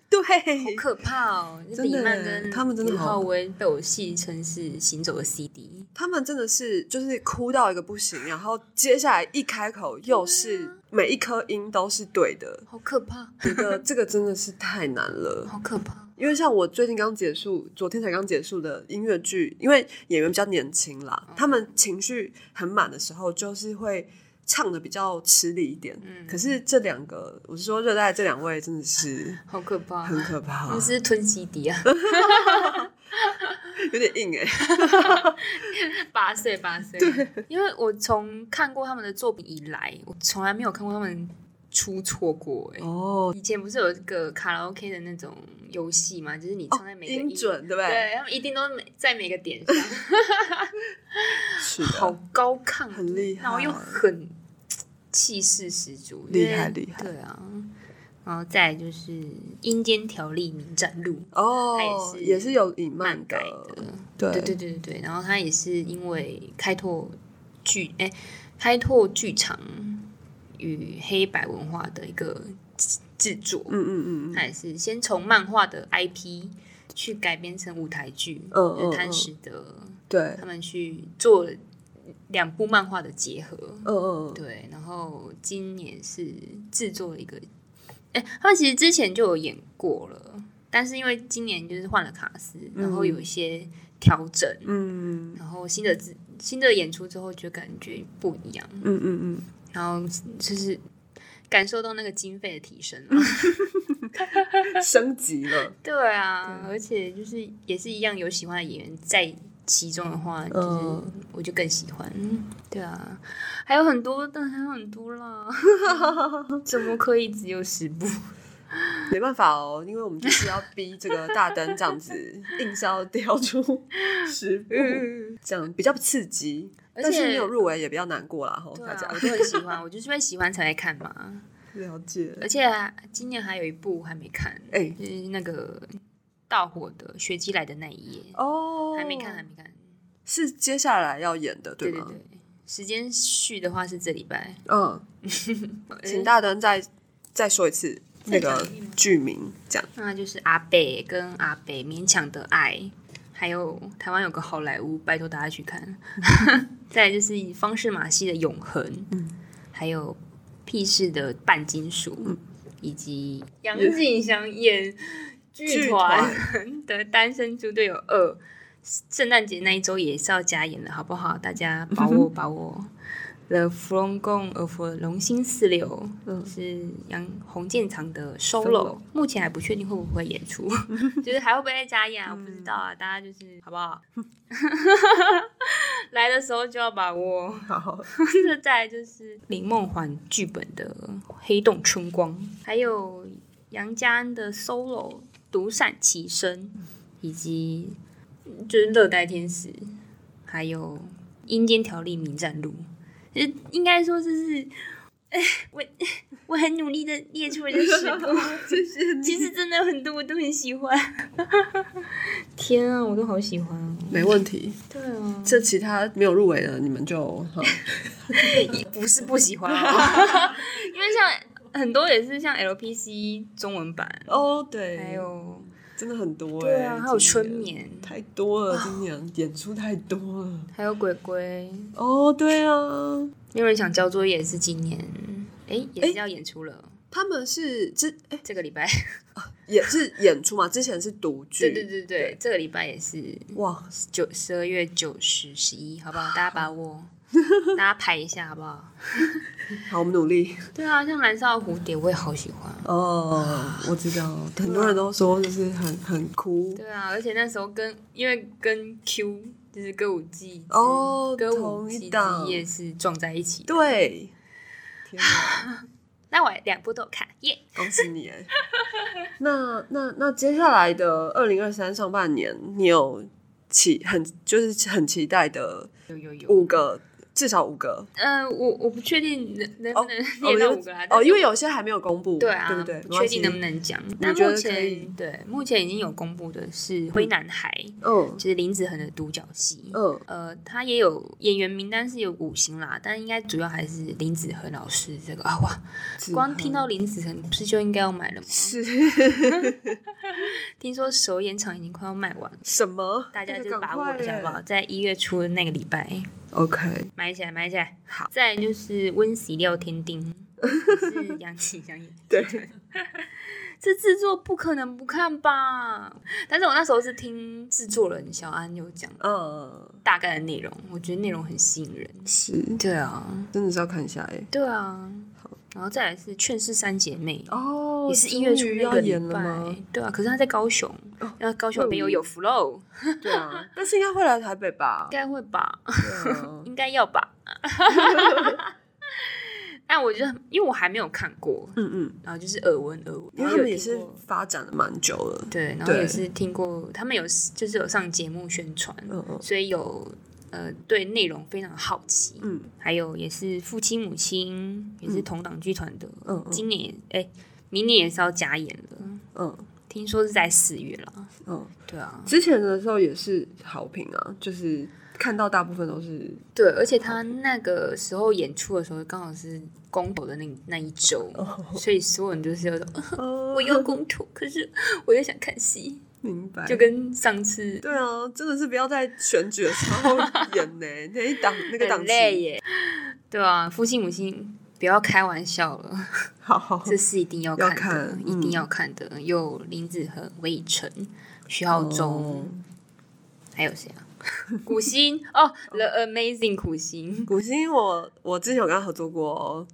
[SPEAKER 1] 对，
[SPEAKER 2] 好可怕哦！
[SPEAKER 1] 的
[SPEAKER 2] 李曼
[SPEAKER 1] 耶
[SPEAKER 2] 跟
[SPEAKER 1] 他们真的
[SPEAKER 2] 刘
[SPEAKER 1] 好
[SPEAKER 2] 浩威被我戏称是行走的 CD，
[SPEAKER 1] <laughs> 他们真的是就是哭到一个不行，然后接下来一开口又
[SPEAKER 2] 啊，
[SPEAKER 1] 是每一颗音都是对的
[SPEAKER 2] 好可怕，
[SPEAKER 1] 觉得这个真的是太难了。
[SPEAKER 2] 好可怕。
[SPEAKER 1] 因为像我最近刚结束，昨天才刚结束的音乐剧，因为演员比较年轻啦，他们情绪很满的时候，就是会唱的比较吃力一点。
[SPEAKER 2] 嗯
[SPEAKER 1] 可是这两个，我是说热带这两位真的是
[SPEAKER 2] 好可怕
[SPEAKER 1] 很，可怕
[SPEAKER 2] 他们，是吞 CD 啊，
[SPEAKER 1] 有点硬哎、
[SPEAKER 2] 八岁八岁。因为我从看过他们的作品以来，我从来没有看过他们出错过、欸。
[SPEAKER 1] 哦，
[SPEAKER 2] 以前不是有一个卡拉 OK 的那种游戏嘛，就是你唱在每个
[SPEAKER 1] 哦音准对不对？
[SPEAKER 2] 对他们一定都每在每个点上，
[SPEAKER 1] 是
[SPEAKER 2] 好
[SPEAKER 1] 的，
[SPEAKER 2] 高亢，
[SPEAKER 1] 很厉害
[SPEAKER 2] 然后又很气势十足，
[SPEAKER 1] 厉害
[SPEAKER 2] 因为
[SPEAKER 1] 厉害
[SPEAKER 2] 对啊，然后再来就是《阴间条例名战录》
[SPEAKER 1] 哦
[SPEAKER 2] 它也，是
[SPEAKER 1] 也是有以曼
[SPEAKER 2] 漫改的，
[SPEAKER 1] 对
[SPEAKER 2] 对对对对对，然后他也是因为开拓剧哎、开拓剧场与黑白文化的一个制制作，
[SPEAKER 1] 嗯嗯嗯嗯，
[SPEAKER 2] 他也是先从漫画的 IP 去改编成舞台剧，
[SPEAKER 1] 嗯
[SPEAKER 2] 就是
[SPEAKER 1] 嗯
[SPEAKER 2] 贪
[SPEAKER 1] 嗯
[SPEAKER 2] 食的
[SPEAKER 1] 对，
[SPEAKER 2] 他们去做了两部漫画的结合，
[SPEAKER 1] 嗯嗯嗯，
[SPEAKER 2] 对，然后今年是制作了一个，哎、他们其实之前就有演过了，但是因为今年就是换了卡斯，然后有一些调整，
[SPEAKER 1] 嗯
[SPEAKER 2] 然后新的制新的演出之后就感觉不一样，
[SPEAKER 1] 嗯嗯嗯，
[SPEAKER 2] 然后就是感受到那个经费的提升了。
[SPEAKER 1] 嗯升级了，
[SPEAKER 2] 对啊，而且就是也是一样，有喜欢的演员在其中的话，就是
[SPEAKER 1] 嗯
[SPEAKER 2] 我就更喜欢。对啊，还有很多，但还有很多啦，怎么可以只有十部？
[SPEAKER 1] 没办法哦，因为我们就是要逼这个大灯这样
[SPEAKER 2] <laughs>
[SPEAKER 1] 子硬是要雕出十部，这样比较刺激。
[SPEAKER 2] 嗯而且
[SPEAKER 1] 但是没有入围也比较难过啦，吼，
[SPEAKER 2] <laughs> 对
[SPEAKER 1] 大
[SPEAKER 2] 啊
[SPEAKER 1] 家，
[SPEAKER 2] 我都很喜欢，我就是因为喜欢才来看嘛。
[SPEAKER 1] 了解。
[SPEAKER 2] <laughs> 而且、啊、今年还有一部还没看，
[SPEAKER 1] 哎、
[SPEAKER 2] 就是那个盗火的雪姬来的那一夜，
[SPEAKER 1] 哦，
[SPEAKER 2] 还没看，还没看。
[SPEAKER 1] 是接下来要演的，
[SPEAKER 2] 对
[SPEAKER 1] 吗？
[SPEAKER 2] 对对，时间序的话是这礼拜。
[SPEAKER 1] 嗯，请大灯再再说一次那个剧名，这样。
[SPEAKER 2] 那就是阿北跟阿北勉强的爱，还有台湾有个好莱坞，拜托大家去看。 <laughs> 再来就是方世马戏的《永恒》，
[SPEAKER 1] 嗯
[SPEAKER 2] 还有屁事的《半金属》
[SPEAKER 1] 嗯
[SPEAKER 2] 以及杨景祥演剧
[SPEAKER 1] 剧
[SPEAKER 2] 团
[SPEAKER 1] 团
[SPEAKER 2] <laughs> 的《单身猪队友二》。圣诞节那一周也是要加演了，好不好？大家
[SPEAKER 1] <laughs>
[SPEAKER 2] 把握把握。The From 共而佛龙兴四六，
[SPEAKER 1] 嗯
[SPEAKER 2] 是杨洪建长的 solo，目前还不确定会不会演出，就是还会不会再加演啊？我不知道啊，大家就是好不好？ <laughs> 来的时候就要把握。
[SPEAKER 1] 好，
[SPEAKER 2] 这再来就是林梦环剧本的《黑洞春光》，还有杨家安的 solo《独善其身》，以及就是《热带天使》，还有《阴间条例名战录》。呃应该说这是，哎，我我很努力的列出了 <laughs> 这十部，
[SPEAKER 1] 谢谢你，
[SPEAKER 2] 其实真的很多我都很喜欢。天啊，我都好喜欢哦！
[SPEAKER 1] <laughs> 没问题。
[SPEAKER 2] 对啊，
[SPEAKER 1] 这其他没有入围的，你们就
[SPEAKER 2] <laughs>
[SPEAKER 1] 好
[SPEAKER 2] 不是不喜 <laughs> 欢、哦，因为像很多也是像 LPC 中文版，
[SPEAKER 1] 哦，对，
[SPEAKER 2] 还有
[SPEAKER 1] 真的很多哎、
[SPEAKER 2] 对啊，还有
[SPEAKER 1] 今
[SPEAKER 2] 春
[SPEAKER 1] 年
[SPEAKER 2] 眠，
[SPEAKER 1] 太多了，今年演出太多了。
[SPEAKER 2] 还有鬼鬼，
[SPEAKER 1] 哦，对啊，
[SPEAKER 2] 没有人想交作业也是今年，哎、也是要演出了，
[SPEAKER 1] 他们是之哎、
[SPEAKER 2] 这个礼拜，
[SPEAKER 1] 也是演出嘛，之前是独剧，
[SPEAKER 2] 对对对对，这个礼拜也是
[SPEAKER 1] 哇，
[SPEAKER 2] 九十二月九十十一，好不好？大家把 <laughs> 握，大家排一下好不好？
[SPEAKER 1] 好，我们努力。
[SPEAKER 2] 对啊，像燃烧的蝴蝶我也好喜欢。啊
[SPEAKER 1] 哦，我知道，很多人都说就是很很哭。
[SPEAKER 2] 对啊，而且那时候跟因为跟 Q 就是歌舞伎之
[SPEAKER 1] 哦
[SPEAKER 2] 歌舞
[SPEAKER 1] 同一
[SPEAKER 2] 伎之
[SPEAKER 1] 档
[SPEAKER 2] 夜是撞在一起的。
[SPEAKER 1] 对，天哪，
[SPEAKER 2] 那我两部都有看，耶、
[SPEAKER 1] 恭喜你
[SPEAKER 2] <laughs>
[SPEAKER 1] 哎！那那那接下来的二零二三上半年，你有期很就是很期待的
[SPEAKER 2] 有有有，
[SPEAKER 1] 五个，至少五个
[SPEAKER 2] 嗯、我我不确定能能不
[SPEAKER 1] 哦
[SPEAKER 2] 能
[SPEAKER 1] 哦
[SPEAKER 2] 列到
[SPEAKER 1] 因为
[SPEAKER 2] 五个啦。但
[SPEAKER 1] 哦，
[SPEAKER 2] 是
[SPEAKER 1] 因为有些还没有公布，
[SPEAKER 2] 对啊，
[SPEAKER 1] 不对？没
[SPEAKER 2] 不
[SPEAKER 1] 关
[SPEAKER 2] 确
[SPEAKER 1] 系
[SPEAKER 2] 定能不能讲。但
[SPEAKER 1] 觉
[SPEAKER 2] 目
[SPEAKER 1] 得可以
[SPEAKER 2] 前对目前已经有公布的是《灰男孩》，
[SPEAKER 1] 嗯
[SPEAKER 2] 就是林子恒的独角戏。
[SPEAKER 1] 嗯
[SPEAKER 2] 呃，他也有演员名单是有五星啦，但应该主要还是林子恒老师这个啊哇，光听到林子恒不是就应该要买了吗？
[SPEAKER 1] <laughs> 是
[SPEAKER 2] 听说首演场已经快要卖完了，
[SPEAKER 1] 什么，
[SPEAKER 2] 大家
[SPEAKER 1] 那个
[SPEAKER 2] 就
[SPEAKER 1] 赶
[SPEAKER 2] 把握
[SPEAKER 1] 快
[SPEAKER 2] 一下好
[SPEAKER 1] 耶
[SPEAKER 2] 不好？在一月初的那个礼拜，
[SPEAKER 1] ？OK，
[SPEAKER 2] 买起来，买起来。
[SPEAKER 1] 好，
[SPEAKER 2] 再来就是温习廖天 <laughs> 丁，是杨启祥演。
[SPEAKER 1] 对，
[SPEAKER 2] 这制作不可能不看吧？但是我那时候是听制作人小安有讲
[SPEAKER 1] 嗯，
[SPEAKER 2] 大概的内容，我觉得内容很吸引人。
[SPEAKER 1] 是，
[SPEAKER 2] 对啊，
[SPEAKER 1] 真的是要看一下哎。
[SPEAKER 2] 对啊。然后再来是《劝世三姐妹》
[SPEAKER 1] 哦，
[SPEAKER 2] 也是一月初
[SPEAKER 1] 终于
[SPEAKER 2] 那
[SPEAKER 1] 要
[SPEAKER 2] 个礼
[SPEAKER 1] 演了吗
[SPEAKER 2] 拜？，对啊。可是他在高雄，那、高雄那哦边有有 flow，
[SPEAKER 1] <laughs> 对啊，但是应该会来台北吧
[SPEAKER 2] 应？
[SPEAKER 1] <laughs>
[SPEAKER 2] 该会吧？
[SPEAKER 1] 对啊
[SPEAKER 2] 应该
[SPEAKER 1] <laughs>
[SPEAKER 2] 要吧？但我觉得，因为我还没有看过，
[SPEAKER 1] 嗯嗯，
[SPEAKER 2] 然后就是耳闻耳闻，
[SPEAKER 1] 因为
[SPEAKER 2] 然
[SPEAKER 1] 他
[SPEAKER 2] 后有
[SPEAKER 1] 们也
[SPEAKER 2] 听
[SPEAKER 1] 是
[SPEAKER 2] 过
[SPEAKER 1] 发展了蛮久了。
[SPEAKER 2] 对，然后
[SPEAKER 1] 对
[SPEAKER 2] 也是听过他们有就是有上节目宣传，
[SPEAKER 1] 嗯嗯
[SPEAKER 2] 所以有呃对内容非常好奇，
[SPEAKER 1] 嗯，
[SPEAKER 2] 还有也是父亲母亲也是同党剧团的，
[SPEAKER 1] 嗯嗯
[SPEAKER 2] 今年也哎、明年也是要加演了，
[SPEAKER 1] 嗯
[SPEAKER 2] 听说是在四月了，
[SPEAKER 1] 嗯，
[SPEAKER 2] 对啊，
[SPEAKER 1] 之前的时候也是好评啊，就是看到大部分都 <laughs> 是
[SPEAKER 2] 对，而且他那个时候演出的时候刚好是公投的那那一周，所以所有人就是 <laughs> 有种、呃我
[SPEAKER 1] 哦，
[SPEAKER 2] 要公投，可是我又想看戏，
[SPEAKER 1] 明白。
[SPEAKER 2] 就跟上次
[SPEAKER 1] 对啊，真的是不要在选举的时候演 <laughs> 呢、那一档那个档
[SPEAKER 2] 很累
[SPEAKER 1] 期，
[SPEAKER 2] 耶。对啊，父亲母亲不要开玩笑 <laughs> 了，
[SPEAKER 1] 好好
[SPEAKER 2] 这是一定要看的，嗯
[SPEAKER 1] 要看
[SPEAKER 2] 一定要看的。有林子和魏晨、徐浩
[SPEAKER 1] 哦
[SPEAKER 2] 中，还有 <laughs> 谁啊？苦心哦，The Amazing 苦心
[SPEAKER 1] 古欣，我我之前有跟他合作过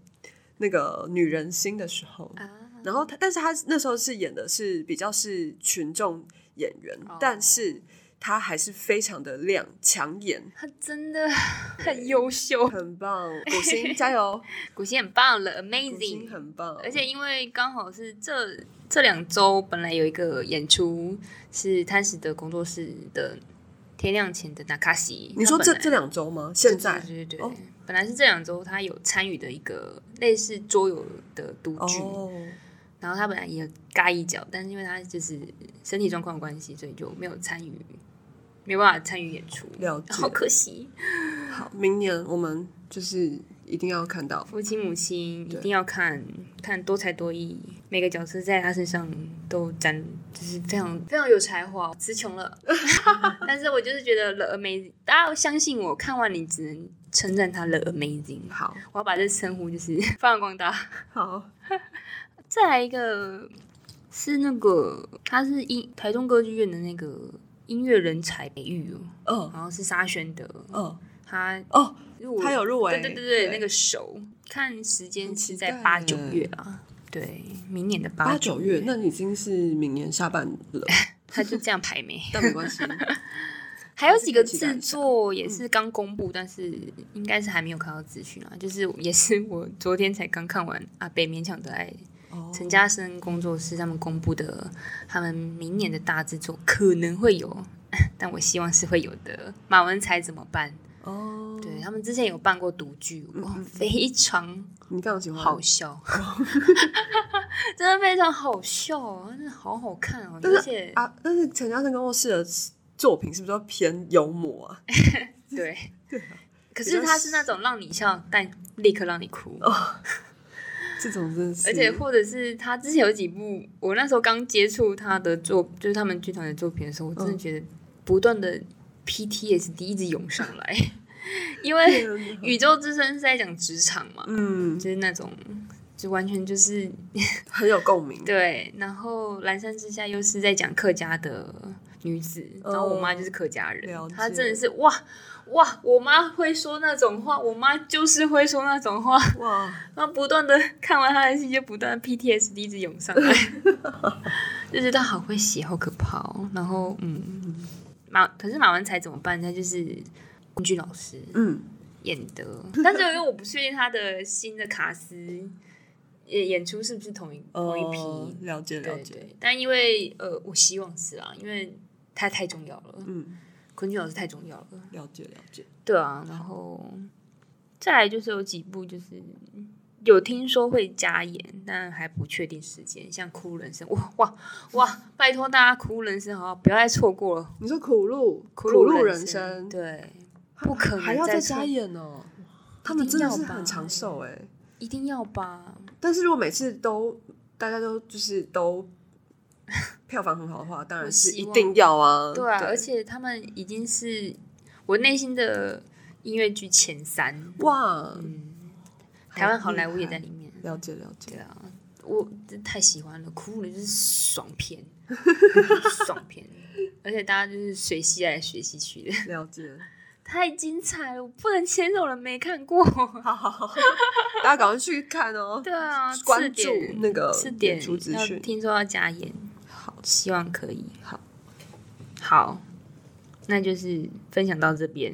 [SPEAKER 1] 那个女人心的时候，
[SPEAKER 2] 啊，
[SPEAKER 1] 然后他，但是他那时候是演的是比较是群众演员，
[SPEAKER 2] 哦
[SPEAKER 1] 但是他还是非常的亮抢眼，
[SPEAKER 2] 他真的很优秀，
[SPEAKER 1] 很棒，古
[SPEAKER 2] <laughs>
[SPEAKER 1] 星加油，
[SPEAKER 2] 苦心很棒，The
[SPEAKER 1] 古星
[SPEAKER 2] Amazing。
[SPEAKER 1] 很棒，
[SPEAKER 2] 而且因为刚好是这这两周，本来有一个演出是贪食的工作室的天亮前的纳卡西，
[SPEAKER 1] 你说
[SPEAKER 2] 他
[SPEAKER 1] 这
[SPEAKER 2] 本来
[SPEAKER 1] 这两周吗？现在
[SPEAKER 2] 对对对对对
[SPEAKER 1] 哦
[SPEAKER 2] 本来是这两周他有参与的一个类似桌游的独剧，
[SPEAKER 1] 哦，
[SPEAKER 2] 然后他本来也嘎一脚，但是因为他就是身体状况的关系，所以就没有参与，没有办法参与演出，
[SPEAKER 1] 了解
[SPEAKER 2] 好可惜。
[SPEAKER 1] 好，明年我们就是一定要看到。
[SPEAKER 2] 父亲母亲一
[SPEAKER 1] 对
[SPEAKER 2] 定要看看多才多艺，每个角色在他身上都展就是非常 <laughs> 非常有才华，词穷 <laughs> 了。但是我就是觉得 The Amazing，大家要相信我，看完你只能称赞他 The Amazing。 <laughs>
[SPEAKER 1] 好，
[SPEAKER 2] 我要把这称呼就是发扬光大。
[SPEAKER 1] 好，
[SPEAKER 2] <laughs> 再来一个是那个，他是音台中歌剧院的那个音乐人才培育哦，
[SPEAKER 1] 嗯
[SPEAKER 2] 然后是沙宣德，
[SPEAKER 1] 嗯
[SPEAKER 2] 他
[SPEAKER 1] 哦，
[SPEAKER 2] 入
[SPEAKER 1] 他有入围，
[SPEAKER 2] 对对对对，那个手看时间是在
[SPEAKER 1] 很期待
[SPEAKER 2] 八
[SPEAKER 1] 耶
[SPEAKER 2] 九月啦，对，明年的
[SPEAKER 1] 八
[SPEAKER 2] 八
[SPEAKER 1] 九月，，那已经是明年下半了，
[SPEAKER 2] 他就这样排
[SPEAKER 1] <laughs>
[SPEAKER 2] 没。
[SPEAKER 1] 但没关
[SPEAKER 2] <laughs>
[SPEAKER 1] 系。
[SPEAKER 2] 还有几个
[SPEAKER 1] 期待
[SPEAKER 2] 制
[SPEAKER 1] 一下
[SPEAKER 2] 作也
[SPEAKER 1] 嗯
[SPEAKER 2] 是刚公布，但是应该是还没有看到资讯啊，就是也是我昨天才刚看完阿北勉强的爱
[SPEAKER 1] 哦
[SPEAKER 2] 陈嘉生工作室他们公布的，他们明年的大制作可能会有， <laughs> 但我希望是会有的。马文才怎么办？
[SPEAKER 1] 哦，嗯
[SPEAKER 2] 对他们之前有办过独剧，哇，非常
[SPEAKER 1] 你非常喜欢
[SPEAKER 2] 好，笑， <laughs> 真的非常好笑哦，真的好好看哦，
[SPEAKER 1] 是
[SPEAKER 2] 而且
[SPEAKER 1] 啊，但是陈嘉诚工作室的作品是不是都偏幽默啊？
[SPEAKER 2] 对
[SPEAKER 1] <laughs> 对啊，
[SPEAKER 2] 可
[SPEAKER 1] 比
[SPEAKER 2] 是
[SPEAKER 1] 较
[SPEAKER 2] 他是那种让你笑，但立刻让你哭。
[SPEAKER 1] 这种真的是，
[SPEAKER 2] 而且或者是他之前有几部，我那时候刚接触他的作，就是他们剧团的作品的时候，我真的
[SPEAKER 1] 嗯
[SPEAKER 2] 觉得不断的 PTSD 一直涌上来，因为《宇宙之声》是在讲职场
[SPEAKER 1] <laughs>
[SPEAKER 2] 嘛，
[SPEAKER 1] 啊嗯，
[SPEAKER 2] 就是那种就完全就是
[SPEAKER 1] 很有共鸣。
[SPEAKER 2] 对，然后《蓝山之下》又是在讲客家的女子，然后我妈就是客家人，
[SPEAKER 1] 哦了解
[SPEAKER 2] 她真的是哇哇，我妈会说那种话，我妈就是会说那种话，
[SPEAKER 1] 哇，
[SPEAKER 2] 然后不断的看完他的戏，就不断地 PTSD 一直涌上
[SPEAKER 1] <laughs>
[SPEAKER 2] 来，就觉得好会写，好可怕哦。然后嗯，马可是马文才怎么办？他就是工具老师
[SPEAKER 1] 嗯，
[SPEAKER 2] 演
[SPEAKER 1] <laughs>
[SPEAKER 2] 的，但是因为我不确定他的新的卡司演演出是不是同一、同一
[SPEAKER 1] 哦
[SPEAKER 2] 批，
[SPEAKER 1] 了解了
[SPEAKER 2] 对
[SPEAKER 1] 解，
[SPEAKER 2] 对。但因为呃，我希望是啊，因为他太重要了，
[SPEAKER 1] 嗯，
[SPEAKER 2] 昆剧老师太重要了。
[SPEAKER 1] 了解了解。
[SPEAKER 2] 对啊，然后再来就是有几部就是有听说会加演，但还不确定时间。像《哭人生》，哇哇哇！拜托大家，《哭人生》好不好不要再错过了，
[SPEAKER 1] 你说苦路
[SPEAKER 2] 《苦
[SPEAKER 1] 路
[SPEAKER 2] 人
[SPEAKER 1] 生，
[SPEAKER 2] 对，不可能
[SPEAKER 1] 还要
[SPEAKER 2] 再
[SPEAKER 1] 再
[SPEAKER 2] 错
[SPEAKER 1] 加演哦。他们真的是很长寿哎、
[SPEAKER 2] 一定要吧？
[SPEAKER 1] 但是如果每次都大家都就是都票房很好的话，当然是
[SPEAKER 2] 我希
[SPEAKER 1] 一
[SPEAKER 2] 望
[SPEAKER 1] 定要啊。
[SPEAKER 2] 对啊，而且他们已经是我内心的音乐剧前三，
[SPEAKER 1] 哇，
[SPEAKER 2] 嗯，台湾好莱坞也在
[SPEAKER 1] 厉
[SPEAKER 2] 里面。
[SPEAKER 1] 害了解了
[SPEAKER 2] 对
[SPEAKER 1] 解，
[SPEAKER 2] 啊，我这太喜欢了，哭了就是爽片， <laughs> 爽片，而且大家就是学习来学习去的， <laughs>
[SPEAKER 1] 了解。
[SPEAKER 2] 太精彩了，我不能接受人没看过。 <laughs>
[SPEAKER 1] 好好好， <laughs> 大家赶快去看哦，
[SPEAKER 2] 对啊，
[SPEAKER 1] 关注那个
[SPEAKER 2] 四
[SPEAKER 1] 演
[SPEAKER 2] 点
[SPEAKER 1] 出资
[SPEAKER 2] 要
[SPEAKER 1] 讯。
[SPEAKER 2] 听说要加演，
[SPEAKER 1] 好，
[SPEAKER 2] 希望可以。
[SPEAKER 1] 好，
[SPEAKER 2] 好，那就是分享到这边，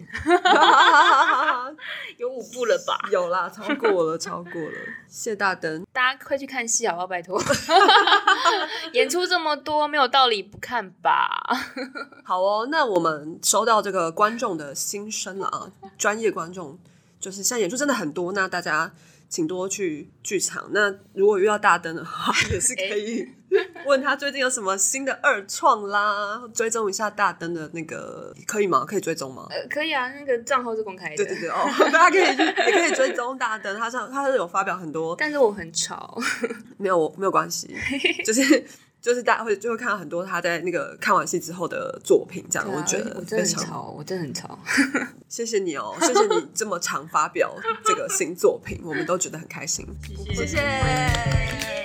[SPEAKER 2] 有五部了吧？
[SPEAKER 1] <laughs> 有啦，超过
[SPEAKER 2] <laughs>
[SPEAKER 1] 了，超过了。谢大灯，
[SPEAKER 2] 大家快去看戏好不好？拜托， <laughs> 演出这么多，没有道理不看吧？
[SPEAKER 1] 好哦。那我们收到这个观众的心声了啊，专业观众就是现在演出真的很多，那大家请多去剧场。那如果遇到大灯的话，也
[SPEAKER 2] <laughs> 哎
[SPEAKER 1] 是可以问他最近有什么新的二创啦，追踪一下大灯的那个，可以吗？可以追踪吗？
[SPEAKER 2] 呃，可以啊，那个账号是公开的。
[SPEAKER 1] 对对对，哦， <laughs> 大家可以去也可以追踪大灯，他上他有发表很多，
[SPEAKER 2] 但是我很吵，
[SPEAKER 1] 没有没有关
[SPEAKER 2] <laughs>
[SPEAKER 1] 系，就是就是大家会就会看到很多他在那个看完戏之后的作品，这样、
[SPEAKER 2] 对啊
[SPEAKER 1] 我觉
[SPEAKER 2] 而且
[SPEAKER 1] 得
[SPEAKER 2] <laughs> 我真
[SPEAKER 1] 非
[SPEAKER 2] 的很
[SPEAKER 1] 常好。
[SPEAKER 2] 吵，我真的很吵。
[SPEAKER 1] 谢谢你哦，谢谢你这
[SPEAKER 2] <laughs>
[SPEAKER 1] 么常发表这个新作品，我们都觉得很开心，谢谢。